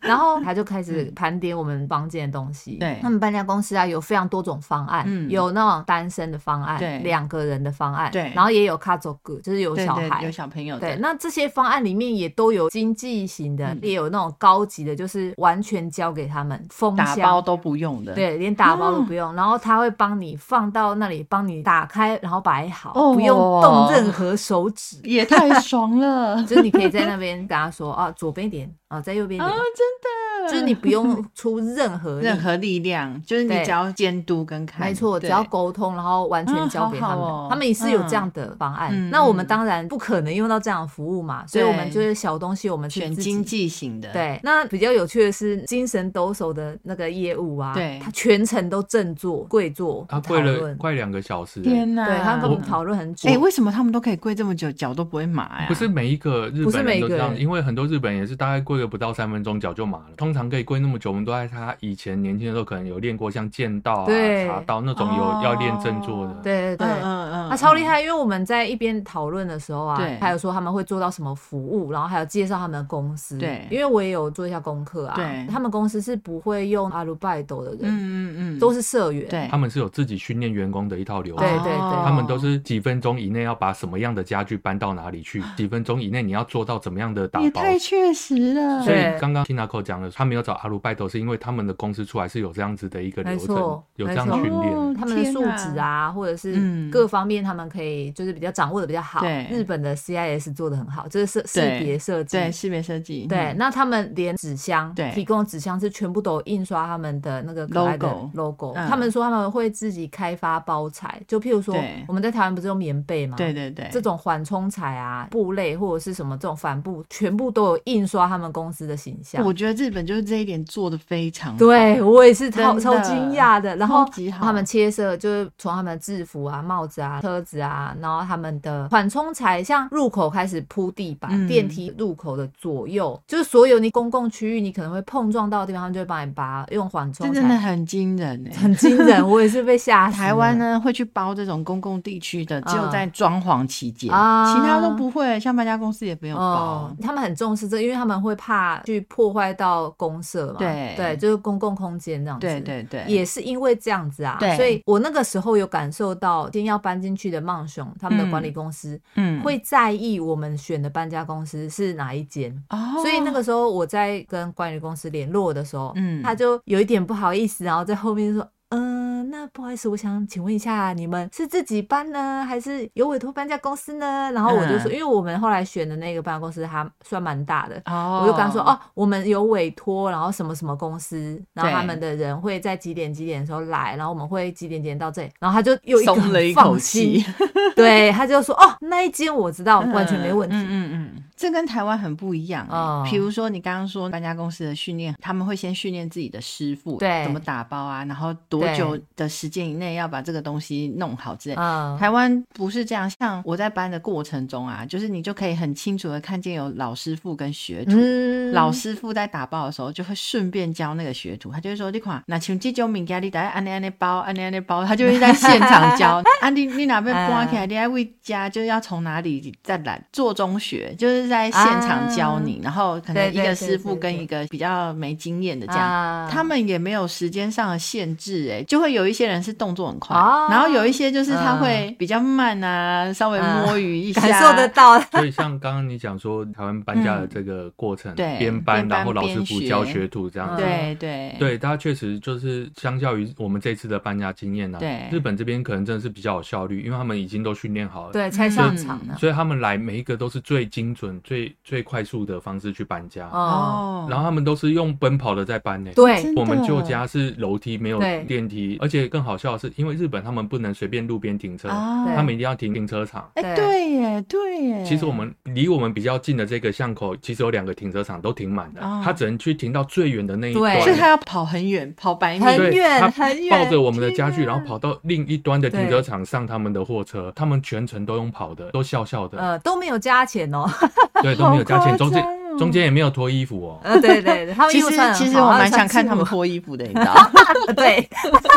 [SPEAKER 2] 然后他就开始盘点我们房间的东西。
[SPEAKER 1] 对
[SPEAKER 2] 他们搬家公司啊，有非常多种方案，
[SPEAKER 1] 嗯
[SPEAKER 2] 有那种单身的方案，
[SPEAKER 1] 对
[SPEAKER 2] 两个人的方案，
[SPEAKER 1] 对
[SPEAKER 2] 然后也有 c a z o g 就是有
[SPEAKER 1] 对
[SPEAKER 2] 小
[SPEAKER 1] 对
[SPEAKER 2] 孩
[SPEAKER 1] 有。小朋友
[SPEAKER 2] 对，
[SPEAKER 1] 的，
[SPEAKER 2] 那这些方案里面也都有经济型的，
[SPEAKER 1] 嗯
[SPEAKER 2] 也有那种高级的，就是完全交给他们封
[SPEAKER 1] 打包
[SPEAKER 2] 箱，
[SPEAKER 1] 都不用的。，
[SPEAKER 2] 对，连打包都不用，然后他会帮你放到那里，帮你打开，然后摆好，
[SPEAKER 1] 哦
[SPEAKER 2] 不用动任何手指，
[SPEAKER 1] 也太爽 (laughs) 了
[SPEAKER 2] 就是你可以在那边跟他说啊，左边一点啊，在右边一
[SPEAKER 1] 啊！
[SPEAKER 2] 点，
[SPEAKER 1] 真的，
[SPEAKER 2] 就是你不用出任何力
[SPEAKER 1] 任何力量，就是你
[SPEAKER 2] 对
[SPEAKER 1] 只要监督跟看，
[SPEAKER 2] 没错，只
[SPEAKER 1] 对
[SPEAKER 2] 要沟通，然后完全
[SPEAKER 1] 嗯
[SPEAKER 2] 交给他们，
[SPEAKER 1] 好好哦
[SPEAKER 2] 他们也是有这样的方案。
[SPEAKER 1] 嗯
[SPEAKER 2] 那我们当然不可能用到这样的服务嘛，所以我们就是小东西，我们是
[SPEAKER 1] 选
[SPEAKER 2] 自己
[SPEAKER 1] 经。济型的，，
[SPEAKER 2] 对，那比较有趣的是精神抖擞的那个业务啊，
[SPEAKER 1] 对
[SPEAKER 2] 他全程都正坐、跪坐，
[SPEAKER 4] 他
[SPEAKER 2] 讨
[SPEAKER 4] 跪了
[SPEAKER 2] 论，
[SPEAKER 4] 快两个小时欸，
[SPEAKER 1] 天哪，
[SPEAKER 2] 对他跟我们
[SPEAKER 4] 我
[SPEAKER 2] 讨论很久
[SPEAKER 1] 哎，。为什么他们都可以跪这么久，脚都不会麻呀？
[SPEAKER 4] 不是，每一个日
[SPEAKER 2] 不是
[SPEAKER 4] 本
[SPEAKER 2] 每
[SPEAKER 4] 人都
[SPEAKER 2] 个
[SPEAKER 4] 这样，
[SPEAKER 2] 人
[SPEAKER 4] 因为很多日本人也是大概跪个不到三分钟脚就麻了。通常可以跪那么久，我们都在他以前年轻的时候可能有练过像剑道啊、
[SPEAKER 2] 对
[SPEAKER 4] 茶道那种有
[SPEAKER 1] 哦
[SPEAKER 4] 要练正坐的。
[SPEAKER 2] 对对对，
[SPEAKER 1] 嗯嗯嗯，
[SPEAKER 2] 他超厉害，因为我们在一边讨论的时候啊
[SPEAKER 1] 对，
[SPEAKER 2] 还有说他们会做到什么服务，然后还有介绍他们的公司。
[SPEAKER 1] 对
[SPEAKER 2] 因为我也有做一下功课啊，
[SPEAKER 1] 对
[SPEAKER 2] 他们公司是不会用阿鲁拜斗的人，
[SPEAKER 1] 嗯，嗯嗯嗯，
[SPEAKER 2] 都是社员。
[SPEAKER 1] 对
[SPEAKER 4] 他们是有自己训练员工的一套流
[SPEAKER 2] 对
[SPEAKER 4] 程
[SPEAKER 2] 对。对
[SPEAKER 1] 哦
[SPEAKER 4] 他们都是几分钟以内要把什么样的家具搬到哪里
[SPEAKER 2] 哦
[SPEAKER 4] 去，几分钟以内你要做到怎么样的打
[SPEAKER 1] 也
[SPEAKER 4] 包。
[SPEAKER 1] 太确实了，
[SPEAKER 4] 所以
[SPEAKER 2] 对
[SPEAKER 4] 刚刚 Kinako 讲了，他没有找阿鲁拜斗，是因为他们的公司出来是有这样子的一个流
[SPEAKER 2] 没
[SPEAKER 4] 程
[SPEAKER 2] 错，
[SPEAKER 4] 有这样
[SPEAKER 2] 没错
[SPEAKER 4] 训练。
[SPEAKER 1] 哦
[SPEAKER 2] 他们的素质，啊，或者是
[SPEAKER 1] 嗯
[SPEAKER 2] 各方面，他们可以就是比较掌握的比较好。
[SPEAKER 1] 对
[SPEAKER 2] 日本的 CIS 做的很好，就是识识
[SPEAKER 1] 对
[SPEAKER 2] 别设计。
[SPEAKER 1] 天哪对，识别设计，
[SPEAKER 2] 对
[SPEAKER 1] 嗯，
[SPEAKER 2] 那他们连纸箱，
[SPEAKER 1] 对
[SPEAKER 2] 提供的纸箱是全部都有印刷他们的那个可爱的
[SPEAKER 1] Logo
[SPEAKER 2] logo。
[SPEAKER 1] 嗯
[SPEAKER 2] 他们说他们会自己开发包材，就譬如说
[SPEAKER 1] 对
[SPEAKER 2] 我们在台湾不是用棉被吗？
[SPEAKER 1] 对对对，
[SPEAKER 2] 这种缓冲材啊、布类或者是什么这种帆布，全部都有印刷他们公司的形象。
[SPEAKER 1] 我觉得日本就是这一点做的非常好，
[SPEAKER 2] 对我也是
[SPEAKER 1] 真
[SPEAKER 2] 超
[SPEAKER 1] 的
[SPEAKER 2] 超惊讶的，然后
[SPEAKER 1] 超级好
[SPEAKER 2] 他们切色就是从他们的制服啊、帽子啊、车子啊，然后他们的缓冲材，像入口开始铺地板，
[SPEAKER 1] 嗯
[SPEAKER 2] 电梯入口的左右，就是所有你公共区域你可能会碰撞到的地方，他们就会帮你拔用缓
[SPEAKER 1] 这
[SPEAKER 2] 冲
[SPEAKER 1] 真的
[SPEAKER 2] 材，
[SPEAKER 1] 很惊人哎。
[SPEAKER 2] 很惊人，我也是被吓 (laughs) 死了。
[SPEAKER 1] 台湾呢会去包这种公共地区的，只有在装潢期间，
[SPEAKER 2] 嗯啊
[SPEAKER 1] 其他都不会。像搬家公司也没有包
[SPEAKER 2] 哦，，他们很重视这个，因为他们会怕去破坏到公社嘛，
[SPEAKER 1] 对
[SPEAKER 2] 对，就是公共空间这样子。
[SPEAKER 1] 对对对，
[SPEAKER 2] 也是因为这样子啊，
[SPEAKER 1] 对
[SPEAKER 2] 所以我那个时候有感受到，今天要搬进去的曼雄他们的管理公司、
[SPEAKER 1] 嗯
[SPEAKER 2] 会在意我们选的搬家公司是哪一间。
[SPEAKER 1] 哦，
[SPEAKER 2] 所以那个时候我在跟管理公司联络的时候，
[SPEAKER 1] 嗯
[SPEAKER 2] 他就有一点不好意思，然后在后面说，嗯、那不好意思，我想请问一下，你们是自己搬呢，还是有委托搬家公司呢？”然后我就说，
[SPEAKER 1] 嗯
[SPEAKER 2] 因为我们后来选的那个搬家公司还算蛮大的，
[SPEAKER 1] 哦
[SPEAKER 2] 我就跟他说：“哦，我们有委托，然后什么什么公司，然后
[SPEAKER 1] 对
[SPEAKER 2] 他们的人会在几点几点的时候来，然后我们会几点几点到这里。”然后他就又一个
[SPEAKER 1] 松了一
[SPEAKER 2] 放
[SPEAKER 1] 口
[SPEAKER 2] 心
[SPEAKER 1] 气，
[SPEAKER 2] (laughs) 对，他就说：“哦，那一间我知道，完全没问题。
[SPEAKER 1] 嗯嗯嗯，这跟台湾很不一样、欸。
[SPEAKER 2] 哦
[SPEAKER 1] 比如说你刚刚说搬家公司的训练，他们会先训练自己的师傅，
[SPEAKER 2] 对
[SPEAKER 1] 怎么打包啊，然后多
[SPEAKER 2] 对
[SPEAKER 1] 久的时间以内要把这个东西弄好之类。
[SPEAKER 2] 嗯，
[SPEAKER 1] 台湾不是这样，像我在搬的过程中啊，就是你就可以很清楚的看见有老师傅跟学徒。
[SPEAKER 2] 嗯
[SPEAKER 1] 老师傅在打包的时候，就会顺便教那个学徒，他就会说：“你看，那像这种物件，你得按呢按呢包，按呢按呢包。”他就会在现场
[SPEAKER 2] (laughs)
[SPEAKER 1] 教。啊，你你哪边搬
[SPEAKER 2] 嗯
[SPEAKER 1] 起来，你还会加，就是要从哪里再来做中学，就是在现场教你。
[SPEAKER 2] 啊
[SPEAKER 1] 然后可能
[SPEAKER 2] 对
[SPEAKER 1] 一
[SPEAKER 2] 对
[SPEAKER 1] 个
[SPEAKER 2] 对
[SPEAKER 1] 师傅
[SPEAKER 2] 对
[SPEAKER 1] 跟
[SPEAKER 2] 对
[SPEAKER 1] 一个比较没经验的这样。
[SPEAKER 2] 啊
[SPEAKER 1] 他们也没有时间上的限制、哎，就会有一些人是动作很快，
[SPEAKER 2] 哦嗯
[SPEAKER 1] 然后有一些就是他会比较慢啊，稍微摸鱼一下，
[SPEAKER 2] 感受得到，
[SPEAKER 1] (laughs)
[SPEAKER 4] 所以像刚刚你讲说台湾搬家的这个过程，
[SPEAKER 1] 嗯对
[SPEAKER 4] 边搬
[SPEAKER 1] 边搬
[SPEAKER 4] 然后老师傅
[SPEAKER 1] 边学嗯
[SPEAKER 4] 教学徒这样子。
[SPEAKER 1] 对对
[SPEAKER 4] 对，它确实就是相较于我们这次的搬家经验呢、啊
[SPEAKER 1] 对
[SPEAKER 4] 日本这边可能真的是比较有效率，因为他们已经都训练好了，
[SPEAKER 2] 对，拆上场啊呢。
[SPEAKER 4] 所以他们来每一个都是最精准、最最快速的方式去搬家，
[SPEAKER 1] 嗯
[SPEAKER 2] 哦，
[SPEAKER 4] 然后他们都是用奔跑的在搬呢、
[SPEAKER 2] 对
[SPEAKER 1] 真的
[SPEAKER 4] 我们旧家是楼梯没有
[SPEAKER 2] 对
[SPEAKER 4] 电梯，而且更好笑的是，因为日本他们不能随便路边停车，
[SPEAKER 1] 啊，
[SPEAKER 2] 对
[SPEAKER 4] 他们一定要停停车场。
[SPEAKER 1] 哎、
[SPEAKER 2] 对
[SPEAKER 1] 对耶，对耶。
[SPEAKER 4] 其实我们离我们比较近的这个巷口，其实有两个停车场都停满了，
[SPEAKER 1] 哦
[SPEAKER 4] 他只能去停到最远的那一
[SPEAKER 2] 对
[SPEAKER 4] 段。
[SPEAKER 1] 所以他要跑很远，跑百米，
[SPEAKER 2] 很
[SPEAKER 4] 对
[SPEAKER 2] 远
[SPEAKER 4] 他
[SPEAKER 2] 很远
[SPEAKER 4] 抱着我们的家具，
[SPEAKER 2] 天哪
[SPEAKER 4] 然后跑到另一端的停车场上他们的货车，他们全程都用跑的，都笑笑的，
[SPEAKER 2] 呃，都没有加钱哦。 (laughs)
[SPEAKER 1] 呃
[SPEAKER 4] 对，都没有加钱，中间
[SPEAKER 2] 好夸张哦
[SPEAKER 4] 中间也没有脱衣服哦。
[SPEAKER 2] 呃，对对，对他们
[SPEAKER 1] 其
[SPEAKER 2] 衣服
[SPEAKER 1] 实
[SPEAKER 2] 穿得很
[SPEAKER 1] 其实
[SPEAKER 2] 好
[SPEAKER 1] 我
[SPEAKER 2] 他
[SPEAKER 1] 蛮想
[SPEAKER 2] 穿
[SPEAKER 1] 看
[SPEAKER 2] 制
[SPEAKER 1] 他们
[SPEAKER 2] 服
[SPEAKER 1] 脱衣服的，你知道
[SPEAKER 2] 对，
[SPEAKER 1] (laughs)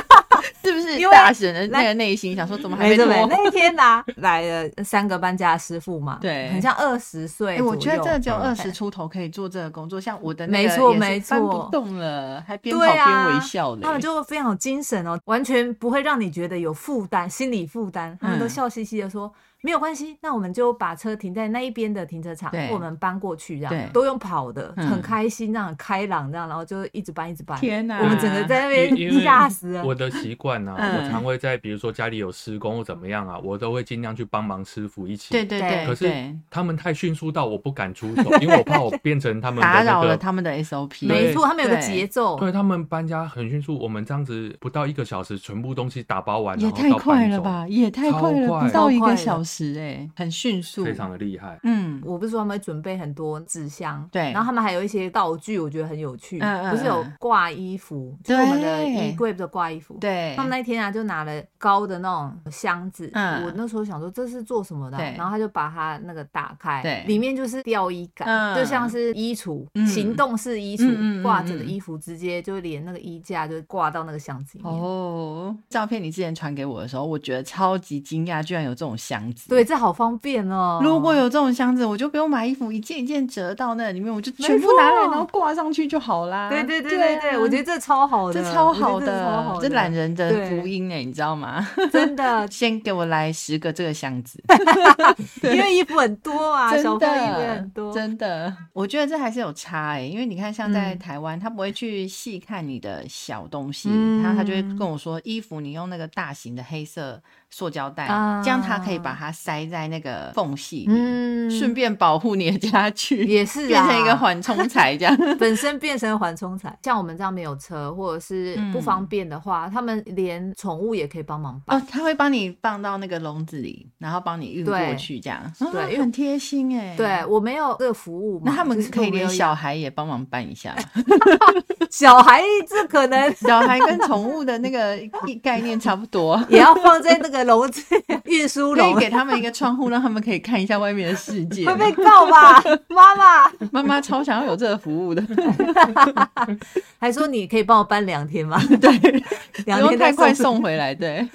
[SPEAKER 1] 是不是
[SPEAKER 2] 因？为
[SPEAKER 1] 大神的那个内心想说，怎么还没
[SPEAKER 2] 没错
[SPEAKER 1] 脱？
[SPEAKER 2] 没错。那一天呐、来了三个搬家师傅嘛，
[SPEAKER 1] 对
[SPEAKER 2] 很像二十岁
[SPEAKER 1] 哎、
[SPEAKER 2] 左右、
[SPEAKER 1] 我觉得真的只有
[SPEAKER 4] 嗯
[SPEAKER 1] 二十出头可以做这个工作，像我的
[SPEAKER 2] 没
[SPEAKER 1] 那个
[SPEAKER 2] 错
[SPEAKER 1] 也是
[SPEAKER 2] 没
[SPEAKER 1] 搬
[SPEAKER 2] 错
[SPEAKER 1] 不动了，还边跑
[SPEAKER 2] 对啊
[SPEAKER 1] 边微笑嘞。
[SPEAKER 2] 他们就非常有精神哦，完全不会让你觉得有负担，心理负
[SPEAKER 1] 嗯
[SPEAKER 2] 担。他们都笑嘻嘻的说、没有关系，那我们就把车停在那一边的停车场
[SPEAKER 1] 对，
[SPEAKER 2] 我们搬过去，这
[SPEAKER 1] 对
[SPEAKER 2] 样都用跑的，
[SPEAKER 1] 嗯
[SPEAKER 2] 很开心，这样很开朗，这样，然后就一直搬一直搬。
[SPEAKER 1] 天哪、
[SPEAKER 2] 我们整个在那
[SPEAKER 4] 因
[SPEAKER 2] 边
[SPEAKER 4] 因为
[SPEAKER 2] 吓死了。
[SPEAKER 4] 我的习惯呢，
[SPEAKER 1] 嗯
[SPEAKER 4] 我常会在比如说家里有施工或怎么样啊，我都会尽量去帮忙师傅一起。
[SPEAKER 1] 对对对，
[SPEAKER 4] 可是
[SPEAKER 1] 对
[SPEAKER 4] 他们太迅速到我不敢出手，因为我怕我变成他们
[SPEAKER 1] 打
[SPEAKER 4] 的那
[SPEAKER 1] 扰了
[SPEAKER 4] 个。
[SPEAKER 1] 他们的 SOP，
[SPEAKER 2] 没错，他们有个
[SPEAKER 1] 对
[SPEAKER 2] 节奏，
[SPEAKER 4] 对他们搬家很迅速，我们这样子不到一个小时，全部东西打包完，
[SPEAKER 1] 也
[SPEAKER 4] 然后
[SPEAKER 1] 太
[SPEAKER 4] 到
[SPEAKER 1] 快
[SPEAKER 4] 搬
[SPEAKER 1] 了
[SPEAKER 4] 走，
[SPEAKER 1] 吧，也太
[SPEAKER 4] 超
[SPEAKER 1] 快了，
[SPEAKER 4] 快
[SPEAKER 1] 不到一
[SPEAKER 2] 超快
[SPEAKER 1] 个
[SPEAKER 2] 了
[SPEAKER 1] 小时哎、很迅速，
[SPEAKER 4] 非常的厉害。
[SPEAKER 1] 嗯，
[SPEAKER 2] 我不是说他们会准备很多纸箱，
[SPEAKER 1] 对
[SPEAKER 2] 然后他们还有一些道具，我觉得很有趣，
[SPEAKER 1] 嗯嗯
[SPEAKER 2] 不是有
[SPEAKER 1] 嗯
[SPEAKER 2] 挂衣服，就是我们的
[SPEAKER 1] 对
[SPEAKER 2] 衣柜不是挂衣服，。
[SPEAKER 1] 对
[SPEAKER 2] 他，们那一天啊，就拿了高的那种箱子，
[SPEAKER 1] 嗯
[SPEAKER 2] 我那时候想说这是做什么的啊、
[SPEAKER 1] 对
[SPEAKER 2] 然后他就把它那个打开，
[SPEAKER 1] 对
[SPEAKER 2] 里面就是吊衣杆，
[SPEAKER 1] 嗯
[SPEAKER 2] 就像是衣橱，
[SPEAKER 1] 嗯
[SPEAKER 2] 行动式衣
[SPEAKER 1] 嗯嗯嗯
[SPEAKER 2] 橱，挂着的
[SPEAKER 1] 嗯
[SPEAKER 2] 衣服直接就连那个衣架就挂到那个箱子里面。
[SPEAKER 1] 哦，照片你之前传给我的时候，我觉得超级惊讶，居然有这种箱子。
[SPEAKER 2] 对，，这好方便哦。
[SPEAKER 1] 如果有这种箱子，我就不用买衣服，一件一件折到那里面，我就全部
[SPEAKER 2] 没错
[SPEAKER 1] 拿来，然后挂上去就好啦。
[SPEAKER 2] 对对对对对，我觉得
[SPEAKER 1] 得。
[SPEAKER 2] 这超好的，
[SPEAKER 1] 啊这超
[SPEAKER 2] 我觉得
[SPEAKER 1] 好
[SPEAKER 2] 这超好
[SPEAKER 1] 的，
[SPEAKER 2] 的，
[SPEAKER 1] 这懒人的
[SPEAKER 2] 对
[SPEAKER 1] 福音哎、你知道吗？ (laughs)
[SPEAKER 2] 真的
[SPEAKER 1] 先给我来十个这个箱子，
[SPEAKER 2] 因为衣服很多啊，
[SPEAKER 1] 真
[SPEAKER 2] 小朋友衣服也很
[SPEAKER 1] 的
[SPEAKER 2] 多，
[SPEAKER 1] 真
[SPEAKER 2] (laughs)
[SPEAKER 1] 的，我觉得这还是有差哎、因为你看，像在
[SPEAKER 2] 嗯
[SPEAKER 1] 台湾，他不会去细看你的小东西，
[SPEAKER 2] 嗯
[SPEAKER 1] 他他就会跟我说，衣服你用那个大型的黑色塑胶袋，
[SPEAKER 2] 啊
[SPEAKER 1] 这样它可以把它塞在那个缝隙里，
[SPEAKER 2] 嗯
[SPEAKER 1] 顺便保护你的家具，
[SPEAKER 2] 也是啊
[SPEAKER 1] 变成一个缓冲材这样。
[SPEAKER 2] (laughs) 本身变成缓冲材。像我们这样没有车或者是
[SPEAKER 1] 嗯
[SPEAKER 2] 不方便的话，他们连宠物也可以帮忙搬。
[SPEAKER 1] 哦，他会帮你放到那个笼子里，然后帮你运过
[SPEAKER 2] 对
[SPEAKER 1] 去这样，
[SPEAKER 2] 对
[SPEAKER 1] 啊
[SPEAKER 2] 因为
[SPEAKER 1] 很贴心哎、
[SPEAKER 2] 对。我没有这个服务嘛，
[SPEAKER 1] 那他们
[SPEAKER 2] 就是
[SPEAKER 1] 可以
[SPEAKER 2] 我没有
[SPEAKER 1] 连小孩也帮忙搬一下吗，
[SPEAKER 2] (laughs) 小孩这可能
[SPEAKER 1] 小孩跟宠物的那个概念差不多。
[SPEAKER 2] 也要放在那个笼子 (laughs) 运输
[SPEAKER 1] 可以
[SPEAKER 2] 笼，
[SPEAKER 1] 给他们一个窗户，让他们可以看一下外面的世界。
[SPEAKER 2] 会被告吧？ (laughs) 妈妈
[SPEAKER 1] 妈妈超想要有这个服务
[SPEAKER 2] (laughs)
[SPEAKER 1] 的，
[SPEAKER 2] 还说你可以帮我搬两天 (laughs) 吗？
[SPEAKER 1] 对，
[SPEAKER 2] 两
[SPEAKER 1] 不用
[SPEAKER 2] 天
[SPEAKER 1] 太
[SPEAKER 2] 再
[SPEAKER 1] 快
[SPEAKER 2] 出去。
[SPEAKER 1] 送回来，对。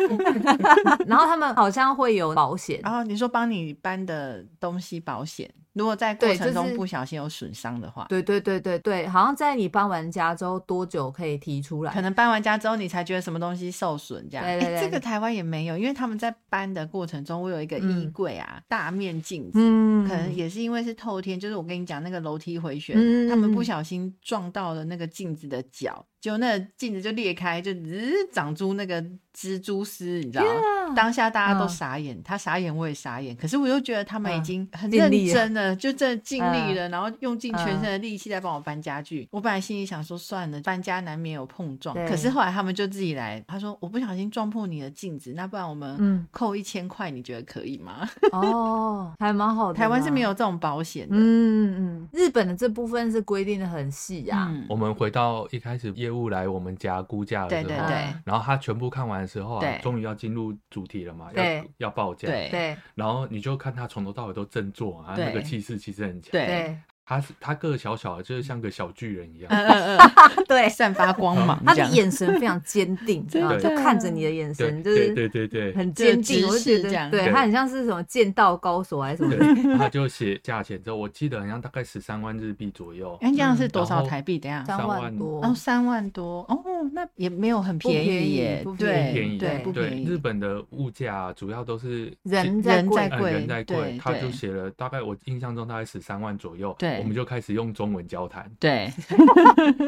[SPEAKER 2] (laughs) 然后他啊们好像会有保险，
[SPEAKER 1] 然后你说帮你搬的东西保险，如果在过
[SPEAKER 2] 对
[SPEAKER 1] 程
[SPEAKER 2] 就
[SPEAKER 1] 中
[SPEAKER 2] 是
[SPEAKER 1] 不小心有损伤的话，
[SPEAKER 2] 对对对对对，好像在你搬完家之后多久可以提出来
[SPEAKER 1] 可？能搬完家之后你才觉得什么东西受损这样。
[SPEAKER 2] 对对
[SPEAKER 1] 诶
[SPEAKER 2] 对
[SPEAKER 1] 这个台湾也没有，因为他们在搬的过程中，我有一个
[SPEAKER 2] 嗯
[SPEAKER 1] 衣柜啊，大面镜子。
[SPEAKER 2] 嗯
[SPEAKER 1] 可能也是因为是透天，就是我跟你讲那个楼梯回旋，
[SPEAKER 2] 嗯
[SPEAKER 1] 他们不小心撞到了那个镜子的角，就那个镜子就裂开，就日长出那个蜘蛛丝，你知道吗
[SPEAKER 2] Yeah
[SPEAKER 1] 当下大家都
[SPEAKER 2] 嗯
[SPEAKER 1] 傻眼，他傻眼，我也傻眼。可是我又觉得他们已
[SPEAKER 2] 嗯
[SPEAKER 1] 经很
[SPEAKER 2] 尽
[SPEAKER 1] 认
[SPEAKER 2] 力了嗯
[SPEAKER 1] 真了，就
[SPEAKER 2] (laughs)
[SPEAKER 1] 真的尽力了，然后用尽全身的力气在帮我搬家具。我本来心里想说算了，搬家难免有碰撞，
[SPEAKER 2] 对
[SPEAKER 1] 可是后来他们就自己来，他说我不小心撞破你的镜子，那不然我们
[SPEAKER 2] 嗯，
[SPEAKER 1] 扣一千块，你觉得可以吗？
[SPEAKER 2] 哦，还蛮好的。
[SPEAKER 1] 台湾是没有，这种保险的。
[SPEAKER 2] 嗯嗯，日本的这部分是规定的很细啊。
[SPEAKER 1] 嗯
[SPEAKER 4] 我们回到一开始业务来我们家估价的时
[SPEAKER 1] 对
[SPEAKER 4] 候，
[SPEAKER 1] 对对
[SPEAKER 2] 嗯
[SPEAKER 4] 然后他全部看完的时候啊
[SPEAKER 1] 对，
[SPEAKER 4] 终于要进入主题了嘛，要
[SPEAKER 2] 对
[SPEAKER 4] 要报价，
[SPEAKER 1] 对
[SPEAKER 2] 对
[SPEAKER 4] 然后你就看他从头到尾都振作啊，
[SPEAKER 1] 对
[SPEAKER 4] 那个气势其实很强，
[SPEAKER 1] 对，
[SPEAKER 2] 对
[SPEAKER 4] 他是他个小小的，就是像个小巨人一样，
[SPEAKER 1] 嗯嗯 (laughs) 嗯，
[SPEAKER 2] (laughs) 对，
[SPEAKER 1] 散发光芒，
[SPEAKER 4] 嗯
[SPEAKER 2] 他
[SPEAKER 1] 这
[SPEAKER 2] 的
[SPEAKER 1] 样
[SPEAKER 2] 眼神非常坚定，
[SPEAKER 1] 真
[SPEAKER 2] 然后
[SPEAKER 4] 的
[SPEAKER 2] 就看着你的眼神
[SPEAKER 4] 对
[SPEAKER 2] 就
[SPEAKER 4] 对
[SPEAKER 2] 是
[SPEAKER 4] 对对对，
[SPEAKER 2] 很坚
[SPEAKER 1] 就直
[SPEAKER 2] 定，我就
[SPEAKER 1] 视
[SPEAKER 2] 觉
[SPEAKER 1] 这样
[SPEAKER 2] 得对
[SPEAKER 4] 对
[SPEAKER 2] 他很像是什么剑道高手还是什么的。
[SPEAKER 4] 对，他就写价钱之后，我记得好像大概十三万日币左右，
[SPEAKER 1] 哎，这样是
[SPEAKER 4] 嗯
[SPEAKER 1] 多
[SPEAKER 4] 然
[SPEAKER 1] 少
[SPEAKER 4] 后
[SPEAKER 1] 台币？等一下，
[SPEAKER 2] 三万
[SPEAKER 4] 万
[SPEAKER 2] 多，
[SPEAKER 1] 哦，三万多哦，那也没有很便
[SPEAKER 2] 不便宜
[SPEAKER 1] 耶
[SPEAKER 2] 不，
[SPEAKER 1] 对
[SPEAKER 4] 便宜
[SPEAKER 1] 对，
[SPEAKER 2] 对
[SPEAKER 1] 不便
[SPEAKER 4] 对，
[SPEAKER 1] 宜。
[SPEAKER 4] 日本的物价啊主要都是
[SPEAKER 2] 人在
[SPEAKER 1] 人在
[SPEAKER 2] 贵
[SPEAKER 4] 呃
[SPEAKER 1] 贵，
[SPEAKER 4] 人在贵
[SPEAKER 1] 对，
[SPEAKER 4] 他就
[SPEAKER 1] 对
[SPEAKER 4] 写了大概我印象中大概十三万左右，
[SPEAKER 1] 对，
[SPEAKER 4] 我们就开始用中文交谈
[SPEAKER 1] 对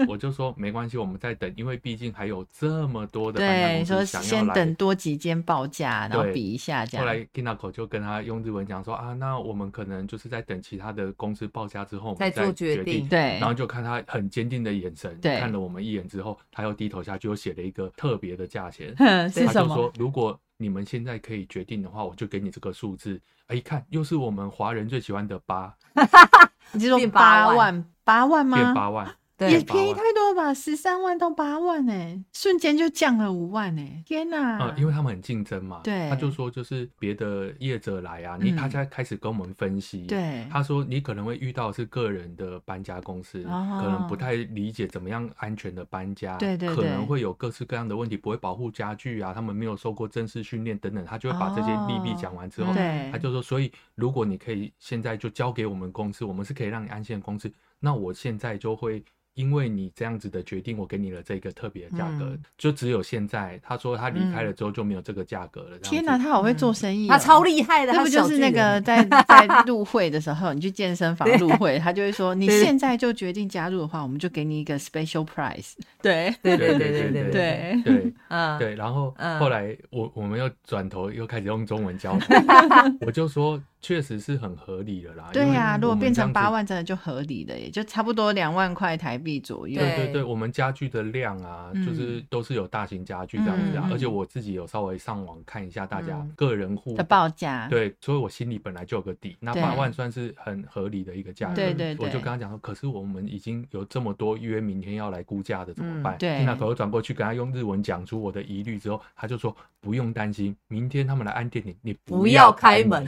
[SPEAKER 4] 我就说没关系，我们再等，因为毕竟还有这么多的搬家
[SPEAKER 1] 对，
[SPEAKER 4] 公
[SPEAKER 1] 你
[SPEAKER 4] 司
[SPEAKER 1] 说
[SPEAKER 4] 想要
[SPEAKER 1] 先
[SPEAKER 4] 来
[SPEAKER 1] 等多几间报价，然后
[SPEAKER 4] 对
[SPEAKER 1] 比一下这
[SPEAKER 4] 后来
[SPEAKER 1] 样。
[SPEAKER 4] Kinako 就跟他用日文讲说啊，那我们可能就是在等其他的公司报价之后，我们
[SPEAKER 2] 再做
[SPEAKER 4] 决
[SPEAKER 2] 决定
[SPEAKER 1] 对
[SPEAKER 4] 然后就看他很坚定的眼神，
[SPEAKER 1] 对，
[SPEAKER 4] 看了我们一眼之后，他又低头下去，又写了一个特别的价钱
[SPEAKER 1] 哼，是
[SPEAKER 4] 他
[SPEAKER 1] 什
[SPEAKER 4] 就
[SPEAKER 1] 么？
[SPEAKER 4] 说如果你们现在可以决定的话，我就给你这个数字。哎，一看又是我们华人最喜欢的八，
[SPEAKER 1] 你是说
[SPEAKER 2] 变
[SPEAKER 1] 八
[SPEAKER 2] 八
[SPEAKER 1] 万八万
[SPEAKER 4] 变
[SPEAKER 1] 吗？
[SPEAKER 4] 八万，
[SPEAKER 1] 哦也
[SPEAKER 2] 对
[SPEAKER 4] 变八
[SPEAKER 1] 便宜
[SPEAKER 4] 万
[SPEAKER 1] 太多了吧，十三万到八万哎，瞬间就降了五万哎，天哪
[SPEAKER 4] 呃，！因为他们很竞争嘛，
[SPEAKER 1] 对
[SPEAKER 4] 他就说就是别的业者来啊，你、
[SPEAKER 1] 嗯
[SPEAKER 4] 他才开始跟我们分析，
[SPEAKER 1] 对
[SPEAKER 4] 他说你可能会遇到是个人的搬家公司，
[SPEAKER 1] 哦
[SPEAKER 4] 可能不太理解怎么样安全的搬家，
[SPEAKER 1] 对对
[SPEAKER 4] 可
[SPEAKER 1] 对
[SPEAKER 4] 能会有各式各样的问题，不会保护家具啊，他们没有受过正式训练等等，他就会把这些利弊
[SPEAKER 1] 哦
[SPEAKER 4] 讲完之后，
[SPEAKER 1] 对
[SPEAKER 4] 他就说，所以如果你可以现在就交给我们公司，我们是可以让你安心的公司，那我现在就会。因为你这样子的决定，我给你了这个特别的价格，
[SPEAKER 2] 嗯
[SPEAKER 4] 就只有现在。他说他离开了之后就没有这嗯个价格了。
[SPEAKER 1] 嗯天哪，
[SPEAKER 4] 哪，
[SPEAKER 1] 他好会做生意哦，
[SPEAKER 2] 他超厉害的，
[SPEAKER 1] 那
[SPEAKER 2] 他
[SPEAKER 1] 不就是那个
[SPEAKER 2] (laughs)
[SPEAKER 1] 在在入会的时候，你去健身房
[SPEAKER 2] 对
[SPEAKER 1] 入会，他就会说，你
[SPEAKER 2] 对
[SPEAKER 1] 现在就决定加入的话，我们就给你一个 special price。对
[SPEAKER 2] 对对
[SPEAKER 4] 对
[SPEAKER 2] 对对
[SPEAKER 4] 对
[SPEAKER 2] 对
[SPEAKER 1] 对，
[SPEAKER 4] 对
[SPEAKER 1] 啊
[SPEAKER 2] 嗯，
[SPEAKER 4] 对，然后
[SPEAKER 2] 嗯
[SPEAKER 4] 后来我我们又转头又开始用中
[SPEAKER 1] (laughs)
[SPEAKER 4] 文交谈，我就说确实是很合理的啦。
[SPEAKER 1] 对呀、
[SPEAKER 4] 因为
[SPEAKER 1] 如果
[SPEAKER 4] 我们
[SPEAKER 1] 变
[SPEAKER 4] 这
[SPEAKER 1] 成
[SPEAKER 4] 样子
[SPEAKER 1] 八，万，真的就合理了耶，就差不多两万块台币左右。
[SPEAKER 4] 对对
[SPEAKER 2] 对
[SPEAKER 4] 对，我们家具的量啊，
[SPEAKER 1] 嗯
[SPEAKER 4] 就是都是有大型家具这样子啊，
[SPEAKER 1] 嗯嗯
[SPEAKER 4] 而且我自己有稍微上网看一下大家
[SPEAKER 2] 嗯
[SPEAKER 4] 个人户
[SPEAKER 1] 的报价，
[SPEAKER 4] 对，所以我心里本来就有个底，那
[SPEAKER 1] 对
[SPEAKER 4] 八万算是很合理的一个价格。
[SPEAKER 1] 对对
[SPEAKER 4] 我就
[SPEAKER 1] 对
[SPEAKER 4] 跟他讲说，可是我们已经有这么多约明天要来估价的，怎
[SPEAKER 2] 嗯
[SPEAKER 4] 么办？
[SPEAKER 1] 对
[SPEAKER 4] 那头转过去跟他用日文讲出我的疑虑之后，他就说不用担心，明天他们来按电铃，你
[SPEAKER 2] 不
[SPEAKER 4] 要
[SPEAKER 2] 要开
[SPEAKER 4] 门
[SPEAKER 2] 门。，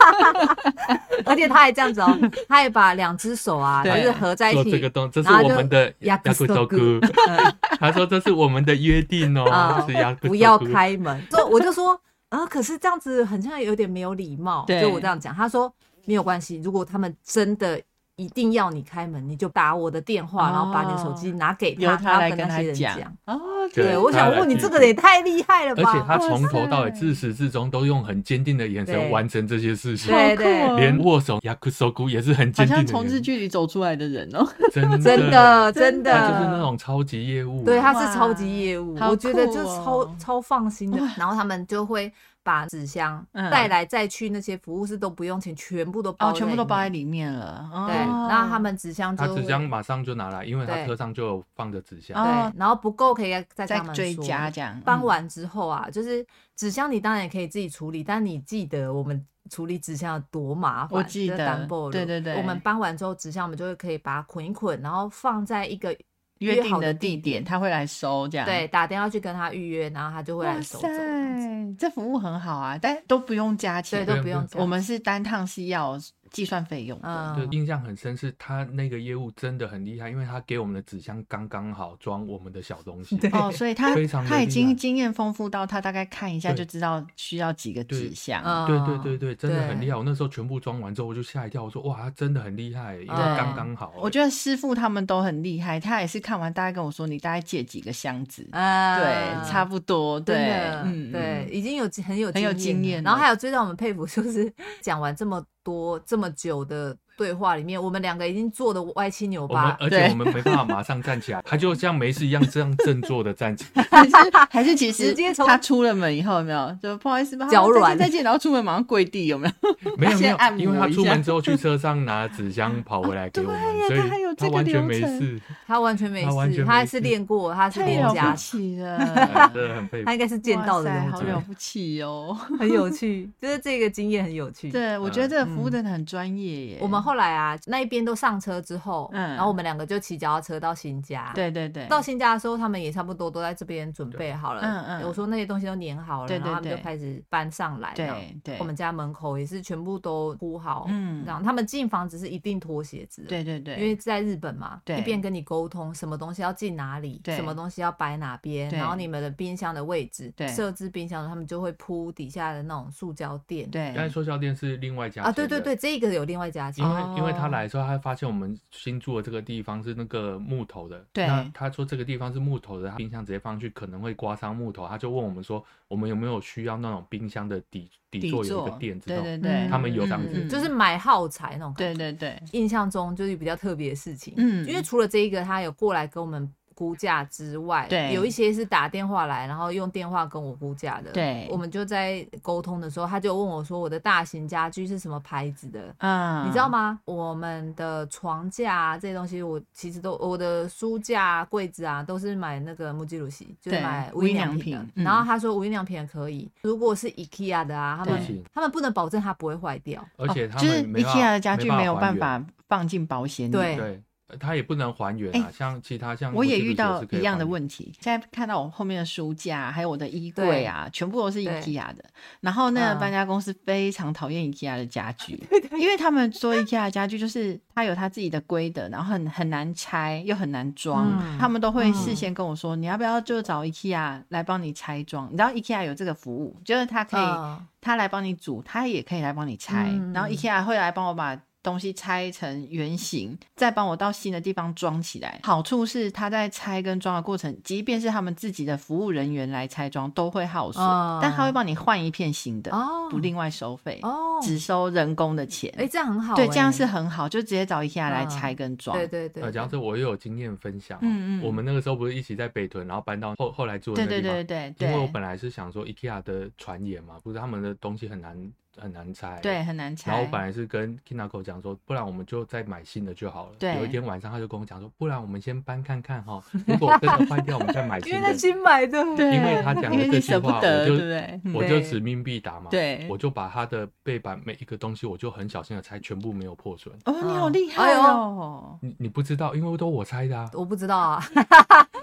[SPEAKER 2] (laughs) 而且他还这样子哦，他还把两只手啊，就
[SPEAKER 1] 对
[SPEAKER 2] 是合在一
[SPEAKER 4] 做
[SPEAKER 2] 起，嗯
[SPEAKER 4] 这个动，这是
[SPEAKER 2] 然后
[SPEAKER 4] 我
[SPEAKER 2] 就
[SPEAKER 4] 们的
[SPEAKER 2] ヤクソ
[SPEAKER 4] 斗
[SPEAKER 2] グ
[SPEAKER 4] 哥。 (laughs) 他说这是我们的约定哦，
[SPEAKER 2] 啊
[SPEAKER 4] 是
[SPEAKER 1] (laughs)
[SPEAKER 4] 雅
[SPEAKER 2] 不要开门。所以我就说，啊，可是这样子很像有点没有礼貌。
[SPEAKER 1] 对
[SPEAKER 2] 就我这样讲，他说没有关系，如果他们真的一定要你开门，你就打我的电话，
[SPEAKER 1] 哦
[SPEAKER 2] 然后把你的手机拿给
[SPEAKER 1] 由
[SPEAKER 2] 他，
[SPEAKER 1] 他来
[SPEAKER 2] 要
[SPEAKER 1] 跟
[SPEAKER 2] 跟那
[SPEAKER 1] 他
[SPEAKER 2] 些人
[SPEAKER 1] 讲
[SPEAKER 2] 讲。
[SPEAKER 1] 哦，
[SPEAKER 4] 对
[SPEAKER 2] 对，我
[SPEAKER 4] 他
[SPEAKER 2] 想
[SPEAKER 4] 来
[SPEAKER 2] 问你，
[SPEAKER 4] 记
[SPEAKER 2] 这个
[SPEAKER 4] 住
[SPEAKER 2] 也太厉害了
[SPEAKER 4] 而
[SPEAKER 2] 吧！
[SPEAKER 4] 且他从头到尾
[SPEAKER 1] 哇塞
[SPEAKER 4] 自始至终都用很坚定的眼神
[SPEAKER 2] 对
[SPEAKER 4] 完成这些事情，
[SPEAKER 2] 对
[SPEAKER 1] 好酷哦
[SPEAKER 2] 对，
[SPEAKER 4] 连握手雅克手骨也是很
[SPEAKER 1] 好
[SPEAKER 4] 坚定的
[SPEAKER 1] 像
[SPEAKER 4] 人，
[SPEAKER 1] 从日剧里走出来的人哦， (laughs)
[SPEAKER 4] 真的
[SPEAKER 2] 真的真的，
[SPEAKER 4] 他就是那种超级业务，
[SPEAKER 2] 对，他
[SPEAKER 1] 哇
[SPEAKER 2] 是超级业务，
[SPEAKER 1] 好
[SPEAKER 2] 我觉得
[SPEAKER 1] 酷
[SPEAKER 2] 就
[SPEAKER 1] 哦
[SPEAKER 2] 超超放心的。然后他们就会把纸箱
[SPEAKER 1] 嗯
[SPEAKER 2] 带来再去那些服务室都不用钱，全部都包
[SPEAKER 1] 哦，全部都包在
[SPEAKER 2] 里
[SPEAKER 1] 里面了。哦、
[SPEAKER 2] 面。对，然后他们纸箱
[SPEAKER 4] 他
[SPEAKER 2] 就
[SPEAKER 4] 纸箱马上就拿来，因为他
[SPEAKER 2] 对
[SPEAKER 4] 车上就有放着纸箱。
[SPEAKER 1] 哦
[SPEAKER 2] 对，然后不够可以再跟
[SPEAKER 1] 再
[SPEAKER 2] 他们
[SPEAKER 1] 追
[SPEAKER 2] 说
[SPEAKER 1] 加嗯这样，
[SPEAKER 2] 搬完之后啊，就是纸箱你当然也可以自己处理，但你记得我们处理纸箱有多麻烦，
[SPEAKER 1] 我记
[SPEAKER 2] 就是
[SPEAKER 1] 得
[SPEAKER 2] 单薄
[SPEAKER 1] 对
[SPEAKER 2] 的
[SPEAKER 1] 对对
[SPEAKER 2] 我们搬完之后纸箱我们就会可以把它捆一捆，然后放在一个
[SPEAKER 1] 约定
[SPEAKER 2] 好
[SPEAKER 1] 的地点，他会来收这样。
[SPEAKER 2] 对，打电话去跟他预约，然后他就会来
[SPEAKER 1] 哇
[SPEAKER 2] 收
[SPEAKER 1] 塞
[SPEAKER 2] 走。这样子，
[SPEAKER 1] 这服务很好啊，但都不用加
[SPEAKER 2] 对，
[SPEAKER 1] 钱。
[SPEAKER 2] 都
[SPEAKER 4] 对
[SPEAKER 2] 不用这样。
[SPEAKER 1] 我们是单趟是要计算费用的。
[SPEAKER 4] 对
[SPEAKER 2] 嗯，，
[SPEAKER 4] 印象很深是他那个业务真的很厉害，因为他给我们的纸箱刚刚好装我们的小东西。
[SPEAKER 2] 对
[SPEAKER 1] 哦，所以他
[SPEAKER 4] 非常的
[SPEAKER 1] 他已
[SPEAKER 4] 厉
[SPEAKER 1] 经
[SPEAKER 4] 害
[SPEAKER 1] 经验丰富到他大概看一下
[SPEAKER 4] 对
[SPEAKER 1] 就知道需要几个
[SPEAKER 4] 对
[SPEAKER 1] 纸箱。
[SPEAKER 2] 嗯
[SPEAKER 4] 对对对对，真的很厉害！
[SPEAKER 2] 对
[SPEAKER 4] 我那时候全部装完之后，我就吓一跳，我说哇，他真的很厉害，因为
[SPEAKER 2] 对
[SPEAKER 4] 刚刚好。
[SPEAKER 1] 我觉得师傅他们都很厉害，他也是看完大概跟我说，你大概借几个箱子，
[SPEAKER 2] 啊
[SPEAKER 1] 对，差不多，
[SPEAKER 2] 真
[SPEAKER 1] 对
[SPEAKER 2] 的，，
[SPEAKER 1] 嗯，
[SPEAKER 2] 对，已经有很有
[SPEAKER 1] 很有
[SPEAKER 2] 经
[SPEAKER 1] 经验
[SPEAKER 2] 了然后
[SPEAKER 1] 了
[SPEAKER 2] (laughs) 还有最让我们佩服就是讲完这么多这么久的对话里面，我们两个已经做的歪七扭
[SPEAKER 4] 我们
[SPEAKER 2] 八。
[SPEAKER 4] 而且
[SPEAKER 1] 对
[SPEAKER 4] 我们没办法马上站起
[SPEAKER 1] (laughs)
[SPEAKER 4] 来，他就像没事一样这样振作的站起来。
[SPEAKER 1] (laughs) 还是还是其实
[SPEAKER 2] 直接从
[SPEAKER 1] 他出了门以后，有没有就不好意思吧，
[SPEAKER 2] 脚
[SPEAKER 1] 好再见
[SPEAKER 2] 软
[SPEAKER 1] 再见，然后出门马上跪地，有没有？
[SPEAKER 4] 没有没
[SPEAKER 1] 先
[SPEAKER 4] 有
[SPEAKER 1] 按，摩
[SPEAKER 4] 因为他
[SPEAKER 1] 一
[SPEAKER 4] 出
[SPEAKER 1] 下
[SPEAKER 4] 门之后去车上拿纸箱跑回来给我们，
[SPEAKER 1] 啊
[SPEAKER 4] 所
[SPEAKER 1] (laughs) 对呀他还有
[SPEAKER 4] 以
[SPEAKER 1] 这个
[SPEAKER 4] 完全没
[SPEAKER 1] 流程
[SPEAKER 4] 事，
[SPEAKER 2] 他完全没
[SPEAKER 4] 他完全
[SPEAKER 2] 事，
[SPEAKER 4] 没
[SPEAKER 2] 他还是
[SPEAKER 4] 事
[SPEAKER 2] 练过，他是
[SPEAKER 1] 太
[SPEAKER 2] 练
[SPEAKER 1] 了
[SPEAKER 2] 家
[SPEAKER 1] 不
[SPEAKER 2] 子，
[SPEAKER 1] 起
[SPEAKER 4] 哎
[SPEAKER 1] 了
[SPEAKER 4] 真。的很佩服
[SPEAKER 1] (laughs)
[SPEAKER 2] 他。应该是见到的
[SPEAKER 1] 啊哇塞
[SPEAKER 2] 人，
[SPEAKER 1] 好了
[SPEAKER 2] 我觉 (laughs) 得
[SPEAKER 1] 不起哦！
[SPEAKER 2] 很有趣， (laughs) 就是这个经验很有趣。
[SPEAKER 1] 对，我觉得这个服务
[SPEAKER 2] 嗯
[SPEAKER 1] 真的很专业耶。
[SPEAKER 2] 我们后来啊，那一边都上车之后，
[SPEAKER 1] 嗯
[SPEAKER 2] 然后我们两个就骑脚踏车到新家。。
[SPEAKER 1] 对对对，
[SPEAKER 2] 到新家的时候，他们也差不多都在这边准备好了。
[SPEAKER 1] 哎嗯嗯
[SPEAKER 2] 我说那些东西都粘好了，
[SPEAKER 1] 对对
[SPEAKER 2] 然后他们
[SPEAKER 1] 对
[SPEAKER 2] 就开始搬上来。
[SPEAKER 1] 对
[SPEAKER 2] 这样
[SPEAKER 1] 对
[SPEAKER 2] 我们家门口也是全部都铺好。
[SPEAKER 1] 嗯
[SPEAKER 2] 这样他们进房子是一定脱鞋子的。
[SPEAKER 1] 对对对，
[SPEAKER 2] 因为在日本嘛，
[SPEAKER 1] 对
[SPEAKER 2] 一边跟你沟通什么东西要进哪里，
[SPEAKER 1] 对
[SPEAKER 2] 什么东西要摆哪边，
[SPEAKER 1] 对
[SPEAKER 2] 然后你们的冰箱的位置
[SPEAKER 1] 对，
[SPEAKER 2] 设置冰箱的，他们就会铺底下的那种塑胶垫。
[SPEAKER 1] 对
[SPEAKER 4] 刚才说笑店是另外加
[SPEAKER 2] 啊，对
[SPEAKER 4] 钱
[SPEAKER 2] 对
[SPEAKER 4] 的
[SPEAKER 2] 对，这个有另外加钱
[SPEAKER 4] 因。为、因为他
[SPEAKER 1] 哦
[SPEAKER 4] 来的时候，他发现我们新住的这个地方是那个木头的，
[SPEAKER 1] 对
[SPEAKER 4] 那他说这个地方是木头的，他冰箱直接放上去可能会刮伤木头，他就问我们说，我们有没有需要那种冰箱的底底
[SPEAKER 1] 底
[SPEAKER 4] 座有一个
[SPEAKER 1] 座，
[SPEAKER 4] 垫子那
[SPEAKER 1] 对
[SPEAKER 4] 种？
[SPEAKER 1] 对
[SPEAKER 2] 嗯
[SPEAKER 1] 对，
[SPEAKER 4] 他们有这样
[SPEAKER 1] 嗯
[SPEAKER 4] 子
[SPEAKER 2] 就是买耗材那种感觉。
[SPEAKER 1] 对对对，
[SPEAKER 2] 印象中就是比较特别的事情。
[SPEAKER 1] 嗯
[SPEAKER 2] 嗯因为除了这一个，他有过来跟我们估价之外，
[SPEAKER 1] 对
[SPEAKER 2] 有一些是打电话来，然后用电话跟我估价的。
[SPEAKER 1] 对
[SPEAKER 2] 我们就在沟通的时候，他就问我说我的大型家具是什么牌子的。
[SPEAKER 1] 嗯，
[SPEAKER 2] 你知道？吗？我们的床架、啊、这些东西，我其实都我的书架、啊、柜子啊，都是买那个木基鲁西，就是
[SPEAKER 1] 对
[SPEAKER 2] 买
[SPEAKER 1] 无
[SPEAKER 2] 无印
[SPEAKER 1] 印
[SPEAKER 2] 良
[SPEAKER 1] 良
[SPEAKER 2] 品的
[SPEAKER 1] 品。嗯
[SPEAKER 2] 然后他说无印良品的可以，如果是 IKEA 的啊，他
[SPEAKER 4] 对
[SPEAKER 2] 们他们不能保证它不会坏掉。
[SPEAKER 4] 而且他
[SPEAKER 1] 哦就是
[SPEAKER 4] 们没办法、
[SPEAKER 1] IKEA 的家具没有
[SPEAKER 4] 还
[SPEAKER 1] 办
[SPEAKER 4] 原，
[SPEAKER 1] 法放进保险里。
[SPEAKER 2] 对
[SPEAKER 4] 对，呃他也不能还原啊，像其他像
[SPEAKER 1] 哎我也
[SPEAKER 4] 记得
[SPEAKER 1] 遇到
[SPEAKER 4] 是可以
[SPEAKER 1] 一样的
[SPEAKER 4] 还原
[SPEAKER 1] 问题，现在看到我后面的书架，还有我的衣柜啊，全部都是
[SPEAKER 2] 对
[SPEAKER 1] IKEA 的。然后那个
[SPEAKER 2] 嗯
[SPEAKER 1] 搬家公司非常讨厌 IKEA 的家具，因为他们说 IKEA 的家具就是它有它自己的规的，然后很很难拆又很难装，
[SPEAKER 2] 嗯
[SPEAKER 1] 他们都会事
[SPEAKER 2] 嗯
[SPEAKER 1] 先跟我说、你要不要就找 IKEA 来帮你拆装。你知道 IKEA 有这个服务，就是它可以、
[SPEAKER 2] 嗯
[SPEAKER 1] 他来帮你煮，他也可以来帮你拆，
[SPEAKER 2] 嗯
[SPEAKER 1] 然后 IKEA 会来帮我把东西拆成圆形，再帮我到新的地方装起来。好处是他在拆跟装的过程，即便是他们自己的服务人员来拆装，都会耗损，
[SPEAKER 2] 哦
[SPEAKER 1] 但他会帮你换一片新的，
[SPEAKER 2] 哦
[SPEAKER 1] 不另外收费，
[SPEAKER 2] 哦，
[SPEAKER 1] 只收人工的钱。
[SPEAKER 2] 哎、这样很好、
[SPEAKER 1] 对，
[SPEAKER 2] 哎
[SPEAKER 1] 这样是很好，就直接找 IKEA 来拆跟装。
[SPEAKER 2] 对对对，
[SPEAKER 4] 呃，讲到
[SPEAKER 2] 对
[SPEAKER 4] 这我也有经验分享哦、
[SPEAKER 1] 嗯嗯
[SPEAKER 4] 我们那个时候不是一起在北屯，然后搬到后后来住的
[SPEAKER 1] 对
[SPEAKER 4] 那地
[SPEAKER 1] 对
[SPEAKER 4] 方，
[SPEAKER 1] 对对
[SPEAKER 4] 因为我
[SPEAKER 1] 对
[SPEAKER 4] 本来是想说 IKEA 的传言嘛，不是他们的东西很难很难拆，
[SPEAKER 1] 对，很难拆。
[SPEAKER 4] 然后我本来是跟 Kinako 讲说，不然我们就再买新的就好了。
[SPEAKER 1] 对
[SPEAKER 4] 有一天晚上他就跟我讲说，不然我们先搬看看哈，如果真的坏掉，我们
[SPEAKER 1] (laughs)
[SPEAKER 4] 再买新
[SPEAKER 2] 因为他
[SPEAKER 4] 的。
[SPEAKER 2] 新买的，
[SPEAKER 1] 对，
[SPEAKER 4] 因为他讲
[SPEAKER 1] 因
[SPEAKER 4] 的
[SPEAKER 1] 为
[SPEAKER 4] 这
[SPEAKER 1] 你
[SPEAKER 4] 句
[SPEAKER 1] 舍不
[SPEAKER 4] 话，
[SPEAKER 1] 得，
[SPEAKER 4] 我
[SPEAKER 1] 对
[SPEAKER 4] 就
[SPEAKER 1] 不对？嗯
[SPEAKER 4] 我就
[SPEAKER 2] 对
[SPEAKER 4] 使命必达嘛。
[SPEAKER 1] 对
[SPEAKER 4] 我就把他的背板每一个东西，我就很小心的拆，全部没有破损。
[SPEAKER 1] 哦，你好厉
[SPEAKER 2] 哎
[SPEAKER 1] 害
[SPEAKER 2] 呦
[SPEAKER 1] 哦！
[SPEAKER 4] 你你不知道，因为都我拆的啊。
[SPEAKER 2] 我不知道啊，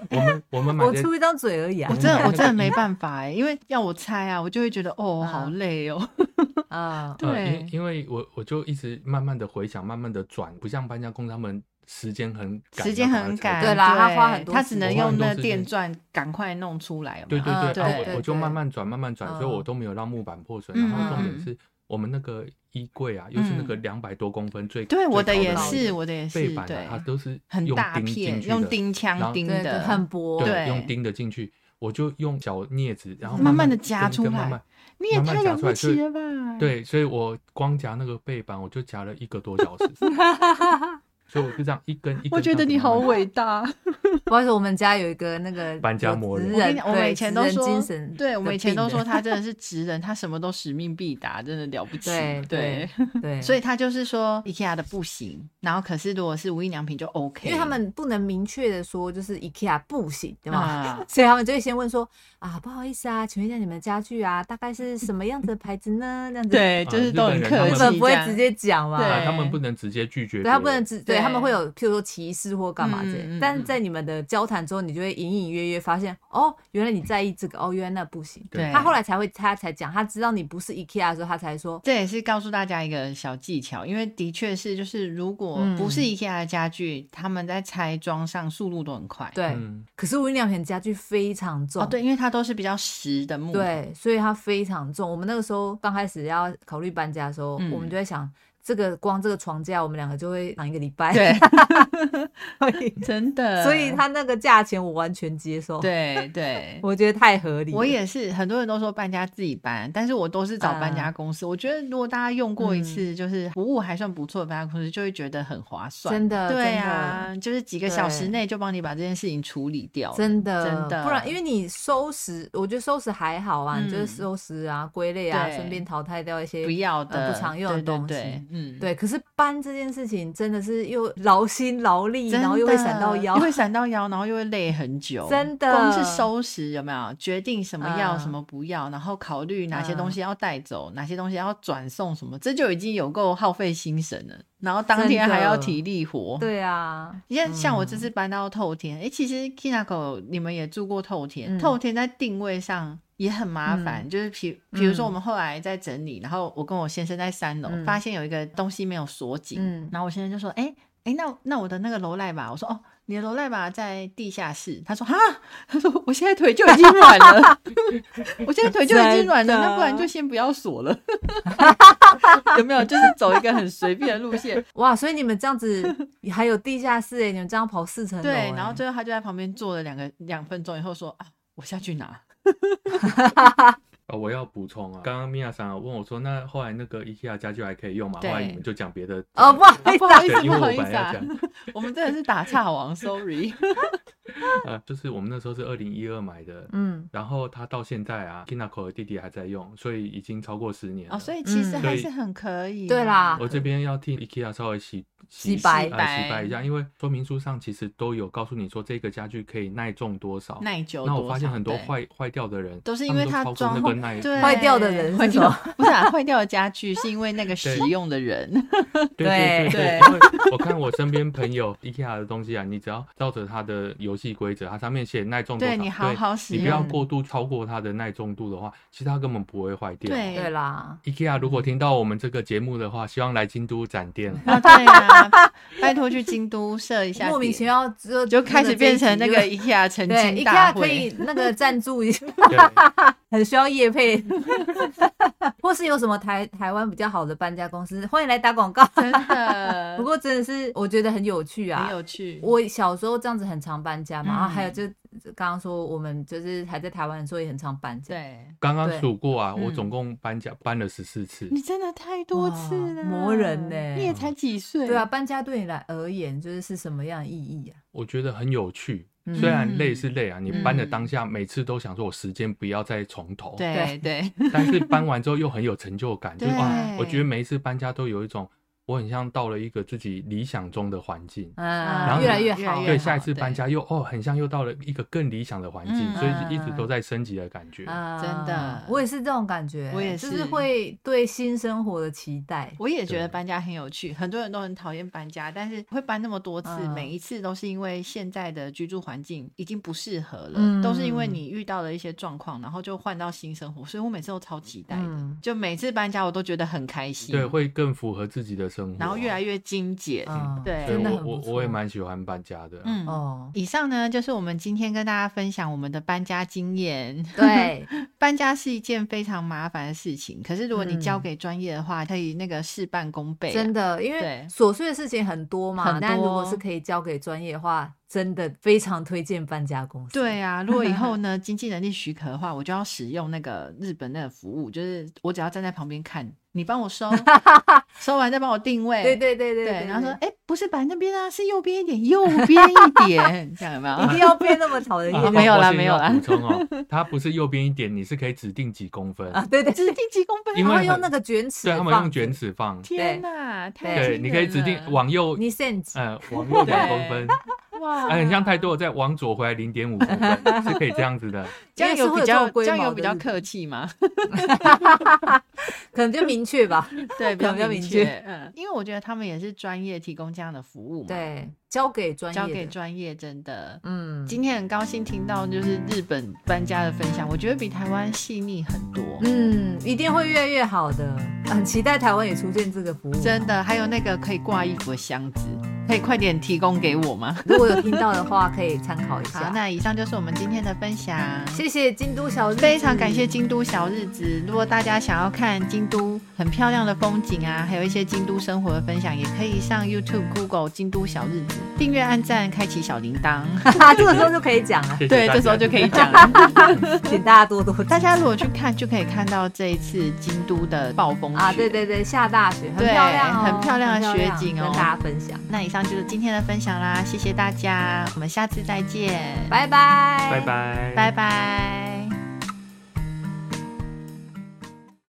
[SPEAKER 4] 我们我
[SPEAKER 1] (laughs)
[SPEAKER 4] 们买
[SPEAKER 2] 我
[SPEAKER 4] 的
[SPEAKER 2] 出一张嘴而已啊
[SPEAKER 1] 我，真的我真的没办法哎、因为要我猜啊，我就会觉得
[SPEAKER 2] 嗯
[SPEAKER 1] 哦，好累哦。
[SPEAKER 2] 啊，
[SPEAKER 4] 呃，
[SPEAKER 1] 对
[SPEAKER 4] 因因为我我就一直慢慢的回想，慢慢的转，不像搬家公司他们时间很赶，
[SPEAKER 1] 时间
[SPEAKER 4] 要把它
[SPEAKER 1] 很
[SPEAKER 4] 拆
[SPEAKER 1] 赶，
[SPEAKER 4] 掉
[SPEAKER 2] 对啦他花很多
[SPEAKER 1] 他只能用
[SPEAKER 4] 时间
[SPEAKER 1] 那电钻赶快弄出来。有没
[SPEAKER 4] 对
[SPEAKER 1] 有
[SPEAKER 4] 对
[SPEAKER 2] 嗯
[SPEAKER 4] 对，啊
[SPEAKER 1] 对
[SPEAKER 4] 我
[SPEAKER 2] 对
[SPEAKER 4] 我就
[SPEAKER 2] 对
[SPEAKER 4] 慢慢转，慢慢转，所以我
[SPEAKER 2] 嗯
[SPEAKER 4] 都没有让木板破损。
[SPEAKER 1] 嗯
[SPEAKER 4] 然后重点
[SPEAKER 2] 嗯
[SPEAKER 4] 是我们那个衣柜啊，又是那个两百多公分最
[SPEAKER 1] 对，
[SPEAKER 4] 最
[SPEAKER 1] 我的
[SPEAKER 4] 高
[SPEAKER 1] 也
[SPEAKER 4] 那
[SPEAKER 1] 是，
[SPEAKER 4] 种
[SPEAKER 1] 我的也是
[SPEAKER 4] 背，板
[SPEAKER 1] 对
[SPEAKER 4] 啊，它，都是
[SPEAKER 1] 很
[SPEAKER 4] 用
[SPEAKER 1] 大
[SPEAKER 4] 钉进
[SPEAKER 1] 片，
[SPEAKER 4] 去
[SPEAKER 1] 用
[SPEAKER 4] 的，
[SPEAKER 1] 钉
[SPEAKER 4] 然
[SPEAKER 1] 枪
[SPEAKER 4] 后
[SPEAKER 1] 钉
[SPEAKER 2] 对对，
[SPEAKER 1] 的，
[SPEAKER 2] 很薄，
[SPEAKER 1] 对
[SPEAKER 4] 对，用钉的进去，我就用小镊子，然后
[SPEAKER 1] 慢慢
[SPEAKER 4] 慢
[SPEAKER 1] 地夹
[SPEAKER 4] 跟
[SPEAKER 1] 出
[SPEAKER 4] 跟慢
[SPEAKER 1] 来
[SPEAKER 4] 慢
[SPEAKER 1] 你也
[SPEAKER 4] 慢慢
[SPEAKER 1] 太
[SPEAKER 4] 夹
[SPEAKER 1] 了
[SPEAKER 4] 出
[SPEAKER 1] 不
[SPEAKER 4] 来
[SPEAKER 1] 起
[SPEAKER 4] 所以
[SPEAKER 1] 了吧？，
[SPEAKER 4] 对，所以我光夹那个背板，我就夹了一个多小时， (laughs) 所以我就这样一根一根这样子慢慢夹。
[SPEAKER 1] 我觉得你好伟大。
[SPEAKER 2] (laughs) (laughs) 不好意思，我们家有一个那个
[SPEAKER 4] 搬家
[SPEAKER 2] 有
[SPEAKER 4] 魔
[SPEAKER 2] 职
[SPEAKER 4] 人
[SPEAKER 1] 我跟你
[SPEAKER 2] 人，
[SPEAKER 1] 讲，我们
[SPEAKER 2] 对
[SPEAKER 1] 以前
[SPEAKER 2] 职
[SPEAKER 1] 都
[SPEAKER 2] 人
[SPEAKER 1] 说
[SPEAKER 2] 精神，，
[SPEAKER 1] 对，我们以前都说
[SPEAKER 2] 病人
[SPEAKER 1] 他真的是职人，他什么都使命必达，真的了不起。
[SPEAKER 2] 对对
[SPEAKER 1] 对，
[SPEAKER 2] 对，
[SPEAKER 1] 所
[SPEAKER 2] 以
[SPEAKER 1] 以他就是说 IKEA 的不行，然后可是如果是无印良品就 OK，
[SPEAKER 2] 因为他们不能明确的说就是 IKEA 不行，对吗？
[SPEAKER 1] 啊，
[SPEAKER 2] 所以他们就会先问说啊，不好意思啊，请问一下你们家具啊，大概是什么样子的牌子呢？
[SPEAKER 1] (laughs)
[SPEAKER 2] 这样子，
[SPEAKER 1] 对，
[SPEAKER 4] 啊
[SPEAKER 1] 就是都很
[SPEAKER 4] 日本人
[SPEAKER 1] 客气这
[SPEAKER 2] 日
[SPEAKER 4] 他
[SPEAKER 1] 样，
[SPEAKER 2] 本不会直接讲嘛，
[SPEAKER 1] 对
[SPEAKER 4] 啊，他们不能直接拒绝别
[SPEAKER 2] 对
[SPEAKER 4] 人，
[SPEAKER 2] 他不能只对
[SPEAKER 1] 欸对
[SPEAKER 2] 他们会有，譬如说歧视或干嘛之类。
[SPEAKER 1] 嗯嗯嗯
[SPEAKER 2] 但是在你们的交谈之后，你就会隐隐约约发现，哦，原来你在意这个，哦，原来那不行。
[SPEAKER 1] 对
[SPEAKER 2] 他后来才会，他才讲，他知道你不是 IKEA 的时候，他才说，
[SPEAKER 1] 这也是告诉大家一个小技巧，因为的确是，就是如果
[SPEAKER 2] 嗯
[SPEAKER 1] 不是 IKEA 的家具，他们在拆装上速度都很快。
[SPEAKER 2] 对。
[SPEAKER 4] 嗯，
[SPEAKER 2] 可是无印良品的家具非常重，
[SPEAKER 1] 哦，对，因为它都是比较实的木头，
[SPEAKER 2] 对所以它非常重。我们那个时候刚开始要考虑搬家的时候，
[SPEAKER 1] 嗯
[SPEAKER 2] 我们就在想，这个光这个床架，我们两个就会躺一个礼拜。 (laughs)
[SPEAKER 1] 对，
[SPEAKER 2] 所 (laughs) 以，
[SPEAKER 1] 真的。
[SPEAKER 2] 所以他那个价钱我完全接受。，
[SPEAKER 1] 对对，
[SPEAKER 2] (laughs) 我觉得太合理了。
[SPEAKER 1] 我也是，很多人都说搬家自己搬，但是我都是找搬家
[SPEAKER 2] 嗯
[SPEAKER 1] 公司。我觉得如果大家用过一次，就是服务还算不错的搬家公司，就会觉得很划算。
[SPEAKER 2] 真的，
[SPEAKER 1] 对
[SPEAKER 2] 真的
[SPEAKER 1] 啊，就是几个小时
[SPEAKER 2] 对
[SPEAKER 1] 内就帮你把这件事情处理掉。
[SPEAKER 2] 真的，
[SPEAKER 1] 真的
[SPEAKER 2] 不然因为你收拾，我觉得收拾还好啊，
[SPEAKER 1] 嗯
[SPEAKER 2] 你就是收拾啊、归类啊，
[SPEAKER 1] 对
[SPEAKER 2] 顺便淘汰掉一些
[SPEAKER 1] 不要的、
[SPEAKER 2] 呃不常用的东西。
[SPEAKER 1] 对对对嗯，
[SPEAKER 2] 对，可是搬这件事情真的是又劳心劳力，
[SPEAKER 1] 真的，
[SPEAKER 2] 然后又会闪到腰
[SPEAKER 1] 又。会闪到腰，然后又会累很久。
[SPEAKER 2] 真的
[SPEAKER 1] 光是收拾有没有决定什么要、
[SPEAKER 2] 嗯
[SPEAKER 1] 什么不要，然后考虑哪些东西要带走，哪些东西要转送什么，这就已经有够耗费心神了。然后当天
[SPEAKER 2] 真的
[SPEAKER 1] 还要体力活。。
[SPEAKER 2] (laughs) 对啊，
[SPEAKER 1] 像像我这
[SPEAKER 2] 嗯
[SPEAKER 1] 次搬到透天，哎、其实 Kinako 你们也住过透天，
[SPEAKER 2] 嗯
[SPEAKER 1] 透天在定位上也很麻烦，就是比比如说我们后来在整理，然后我跟我先生在三楼、
[SPEAKER 2] 嗯
[SPEAKER 1] 发现有一个东西没有锁紧，
[SPEAKER 2] 嗯
[SPEAKER 1] 然后我先生就说：“哎、哎、那那我的那个楼赖吧？”我说：“哦，你的楼赖吧在地下室。”他说：“哈，他说我现在腿就已经软了， (laughs) 我现在腿就已经软了，
[SPEAKER 2] 真的
[SPEAKER 1] 那不然就先不要锁了。” (laughs) 有没有？就是走一个很随便的路线，
[SPEAKER 2] 哇，所以你们这样
[SPEAKER 1] (laughs)
[SPEAKER 2] 子还有地下室哎、你们这样跑四层楼、
[SPEAKER 1] 对。
[SPEAKER 4] 哦
[SPEAKER 2] 哎
[SPEAKER 1] 然后最后他就在旁边坐了两个两分钟以后说：“啊，我下去
[SPEAKER 4] (laughs)
[SPEAKER 1] 拿。
[SPEAKER 4] 啊、我要补充啊，刚刚米娅桑问我说，那后来那个 IKEA 家具还可以用吗？后
[SPEAKER 1] 对
[SPEAKER 4] 来你们就讲别的
[SPEAKER 2] 哦，不好意
[SPEAKER 1] 不
[SPEAKER 2] 思
[SPEAKER 1] 好
[SPEAKER 2] 啊，
[SPEAKER 1] 意
[SPEAKER 4] 对
[SPEAKER 1] 思，
[SPEAKER 4] 因
[SPEAKER 1] 不
[SPEAKER 4] 为我
[SPEAKER 1] 好
[SPEAKER 4] 本
[SPEAKER 1] 意
[SPEAKER 4] 来
[SPEAKER 1] 思
[SPEAKER 4] 要
[SPEAKER 1] 啊
[SPEAKER 4] 讲，
[SPEAKER 1] 我们真的是打岔王，sorry。 (laughs)
[SPEAKER 4] (laughs) 呃，就是我们那时候是二零一二买的，
[SPEAKER 2] 嗯，
[SPEAKER 4] 然后他到现在啊，Kinako 的弟弟还在用，所以已经超过十年了。
[SPEAKER 1] 哦，所以其实
[SPEAKER 2] 嗯
[SPEAKER 1] 还
[SPEAKER 4] 对
[SPEAKER 1] 是很可以。
[SPEAKER 2] 对啦
[SPEAKER 4] 我这边要替 IKEA 稍微洗
[SPEAKER 2] 洗白
[SPEAKER 4] 呃洗白
[SPEAKER 1] 白
[SPEAKER 4] 一下，因为说明书上其实都有告诉你说这个家具可以耐重多少。
[SPEAKER 1] 耐久多
[SPEAKER 4] 那
[SPEAKER 1] 少。
[SPEAKER 4] 我发现很多
[SPEAKER 1] 对
[SPEAKER 4] 坏坏掉的人，
[SPEAKER 1] 都是因
[SPEAKER 4] 们
[SPEAKER 1] 为他
[SPEAKER 4] 超过
[SPEAKER 1] 装
[SPEAKER 4] 那
[SPEAKER 1] 后
[SPEAKER 4] 个耐
[SPEAKER 1] 对
[SPEAKER 2] 坏掉的人
[SPEAKER 1] 坏
[SPEAKER 2] 是
[SPEAKER 1] 掉
[SPEAKER 2] 吗
[SPEAKER 1] 不是啊，坏掉的家具是因为那个使用的人，
[SPEAKER 4] 对对
[SPEAKER 1] 对
[SPEAKER 4] 对， (laughs) 因为我看我身边朋友 IKEA 的东西啊，你只要照着它的游戏规则，它上面写耐重多少，
[SPEAKER 1] 对你好好使
[SPEAKER 4] 你不要
[SPEAKER 1] 用。
[SPEAKER 4] 过度超过它的耐重度的话，其实它根本不会坏掉。
[SPEAKER 1] 对嗯
[SPEAKER 2] 对啦，
[SPEAKER 4] IKEA 如果听到我们这个节目的话，希望来京都展
[SPEAKER 1] (laughs)
[SPEAKER 4] 店。
[SPEAKER 1] 啊，对啊， (laughs) 拜托去京都设一下点，
[SPEAKER 2] 哦莫名其妙就
[SPEAKER 1] 就开始变成那个
[SPEAKER 2] 这一集 (laughs)
[SPEAKER 1] IKEA 澄
[SPEAKER 2] 就对
[SPEAKER 1] 清大
[SPEAKER 2] IKEA 可以
[SPEAKER 1] 会。
[SPEAKER 2] 那个赞助一下。
[SPEAKER 4] 对，
[SPEAKER 2] 很需要业配， (laughs) 或是有什么台台湾比较好的搬家公司，欢迎来打广告。
[SPEAKER 1] 真 (laughs) 的，
[SPEAKER 2] 不过真的是我觉得很有趣啊
[SPEAKER 1] 很。有趣。
[SPEAKER 2] 我小时候这样子很常搬家嘛，
[SPEAKER 1] 嗯
[SPEAKER 2] 然后还有就刚刚说我们就是还在台湾的时候也很常搬家，
[SPEAKER 1] 对
[SPEAKER 4] 刚刚
[SPEAKER 2] 对
[SPEAKER 4] 数过啊，
[SPEAKER 1] 嗯
[SPEAKER 4] 我总共搬家搬了十四次。
[SPEAKER 1] 你真的太多次了，
[SPEAKER 2] 哇磨人呢
[SPEAKER 1] 你也才几岁，
[SPEAKER 2] 对啊，，搬家对你来而言就是是什么样的意义啊？
[SPEAKER 4] 我觉得很有趣，
[SPEAKER 2] 嗯
[SPEAKER 4] 虽然累是累啊，你搬的
[SPEAKER 1] 嗯
[SPEAKER 4] 当下每次都想说我时间不要再从头，
[SPEAKER 1] 对对， (laughs)
[SPEAKER 4] 但是搬完之后又很有成就感，就是
[SPEAKER 1] 对
[SPEAKER 4] 哇，我觉得每一次搬家都有一种我很像到了一个自己理想中的环境。然
[SPEAKER 2] 嗯，
[SPEAKER 4] 后
[SPEAKER 2] 越来越好，
[SPEAKER 1] 越来
[SPEAKER 4] 对，
[SPEAKER 1] 越
[SPEAKER 4] 下一次
[SPEAKER 1] 对
[SPEAKER 4] 搬家又哦，很像又到了一个更理想的环境，
[SPEAKER 1] 嗯
[SPEAKER 4] 所以一直都在升级的感觉。
[SPEAKER 2] 啊
[SPEAKER 1] 真的
[SPEAKER 2] 我也是这种感觉，
[SPEAKER 1] 我也
[SPEAKER 2] 就是是会对新生活的期待，
[SPEAKER 1] 我也觉得
[SPEAKER 4] 对
[SPEAKER 1] 搬家很有趣，很多人都很讨厌搬家，但是会搬那么多次，
[SPEAKER 2] 嗯
[SPEAKER 1] 每一次都是因为现在的居住环境已经不适合了，
[SPEAKER 2] 嗯
[SPEAKER 1] 都是因为你遇到了一些状况，然后就换到新生活，所以我每次都超期待的，
[SPEAKER 2] 嗯
[SPEAKER 1] 就每次搬家我都觉得很开心，
[SPEAKER 4] 对，会更符合自己的生活。
[SPEAKER 1] 然后越来越精简，
[SPEAKER 2] 嗯，
[SPEAKER 1] 对
[SPEAKER 4] 对
[SPEAKER 2] 真的
[SPEAKER 4] 我
[SPEAKER 2] 很
[SPEAKER 4] 我
[SPEAKER 2] 不错
[SPEAKER 4] 我也蛮喜欢搬家的啊、
[SPEAKER 1] 嗯。
[SPEAKER 2] 哦，
[SPEAKER 1] (laughs) 以上呢，就是我们今天跟大家分享我们的搬家经验。 (laughs)
[SPEAKER 2] 对，
[SPEAKER 1] 搬家是一件非常麻烦的事情，可是如果你
[SPEAKER 2] 嗯
[SPEAKER 1] 交给专业的话，可以那个事半功倍啊、
[SPEAKER 2] 真的，因为
[SPEAKER 1] 对
[SPEAKER 2] 琐碎的事情很多嘛，
[SPEAKER 1] 很
[SPEAKER 2] 但如果
[SPEAKER 1] 多
[SPEAKER 2] 是可以交给专业的话，真的非常推荐搬家公司。
[SPEAKER 1] 对啊，如果以
[SPEAKER 2] (laughs)
[SPEAKER 1] 后呢经济能力许可的话，我就要使用那个日本那个服务，就是我只要站在旁边看，你帮我收，
[SPEAKER 2] (laughs)
[SPEAKER 1] 收完再帮我定位。
[SPEAKER 2] 对对对对
[SPEAKER 1] 对
[SPEAKER 2] 对，
[SPEAKER 1] 然后说
[SPEAKER 2] 对。
[SPEAKER 1] 哎、不是摆那边啊，是右边一点，右边一点， (laughs) 这样有没有？
[SPEAKER 2] 一定要变那么讨人
[SPEAKER 4] 啊
[SPEAKER 2] 厌
[SPEAKER 1] 没有啦
[SPEAKER 4] 我先
[SPEAKER 1] 没有啦
[SPEAKER 4] 要补充哦，它不是右边一点，你是可以指定几公分，
[SPEAKER 2] 啊！对
[SPEAKER 1] (laughs)
[SPEAKER 2] 对，
[SPEAKER 1] 只是定几公分啊，
[SPEAKER 4] 因为
[SPEAKER 2] 然后
[SPEAKER 4] 很
[SPEAKER 2] 用那个卷尺
[SPEAKER 4] 对啊
[SPEAKER 2] 放着，
[SPEAKER 4] 他们用卷尺放，
[SPEAKER 1] 天哪，太
[SPEAKER 4] 对，
[SPEAKER 1] 惊
[SPEAKER 4] 你可以
[SPEAKER 1] 人
[SPEAKER 4] 指定
[SPEAKER 1] 了
[SPEAKER 4] 往右，
[SPEAKER 2] 你 sense
[SPEAKER 4] 呃，往右两公分，
[SPEAKER 1] 哇，
[SPEAKER 4] 啊，很像太多了，再往左回来零点五公
[SPEAKER 1] (laughs)
[SPEAKER 4] 分，是可以这样子的。
[SPEAKER 1] 这样
[SPEAKER 2] 也是
[SPEAKER 1] 有比
[SPEAKER 2] 会有这
[SPEAKER 1] 较
[SPEAKER 2] 种规
[SPEAKER 1] 这样
[SPEAKER 2] 模
[SPEAKER 1] 有
[SPEAKER 2] 的
[SPEAKER 1] 比较
[SPEAKER 2] 日子
[SPEAKER 1] 客气吗？
[SPEAKER 2] (laughs) 可能就明
[SPEAKER 1] (laughs)
[SPEAKER 2] 确吧。
[SPEAKER 1] 对，比
[SPEAKER 2] 可能
[SPEAKER 1] 较
[SPEAKER 2] 比较
[SPEAKER 1] 明
[SPEAKER 2] 明
[SPEAKER 1] 确
[SPEAKER 2] 确，
[SPEAKER 1] 嗯，因为我觉得他们也是专业提供这样的服务嘛，，
[SPEAKER 2] 对，交给专业
[SPEAKER 1] 交
[SPEAKER 2] 的，
[SPEAKER 1] 给专业真的，
[SPEAKER 2] 嗯
[SPEAKER 1] 今天很高兴听到就是日本搬家的分享，我觉得比台湾细腻很多，
[SPEAKER 2] 嗯，一定会越来越好的。很期待台湾也出现这个服务，
[SPEAKER 1] 真的。还有那个可以挂衣服的箱子，可以快点提供给我吗？
[SPEAKER 2] 如果有听到的话，可以参考一
[SPEAKER 1] 好，
[SPEAKER 2] 下。
[SPEAKER 1] 那以上就是我们今天的分享。
[SPEAKER 2] 谢谢京都小日子，
[SPEAKER 1] 非常感谢京都小日子。如果大家想要看京都很漂亮的风景啊，还有一些京都生活的分享，也可以上 YouTube、Google 京都小日子订阅、按赞、开启小铃
[SPEAKER 2] (laughs)
[SPEAKER 1] 铛。
[SPEAKER 2] (laughs) 这个时候就可以讲了，
[SPEAKER 4] 谢谢
[SPEAKER 1] 对，
[SPEAKER 4] 大
[SPEAKER 1] 这时候
[SPEAKER 4] 家
[SPEAKER 1] 就可以讲
[SPEAKER 2] (laughs)
[SPEAKER 1] 了。
[SPEAKER 2] 请大家多多
[SPEAKER 1] 大家如果去看，就可以看到这一次京都的暴风雪。
[SPEAKER 2] 啊，对。对对，下大雪，很
[SPEAKER 1] 对
[SPEAKER 2] 漂亮哦，
[SPEAKER 1] 很漂亮的雪景哦
[SPEAKER 2] 跟大家分享，
[SPEAKER 1] 那以上就是今天的分享啦，谢谢大家，我们下次再见，
[SPEAKER 2] 拜拜，
[SPEAKER 4] 拜拜，
[SPEAKER 1] 拜拜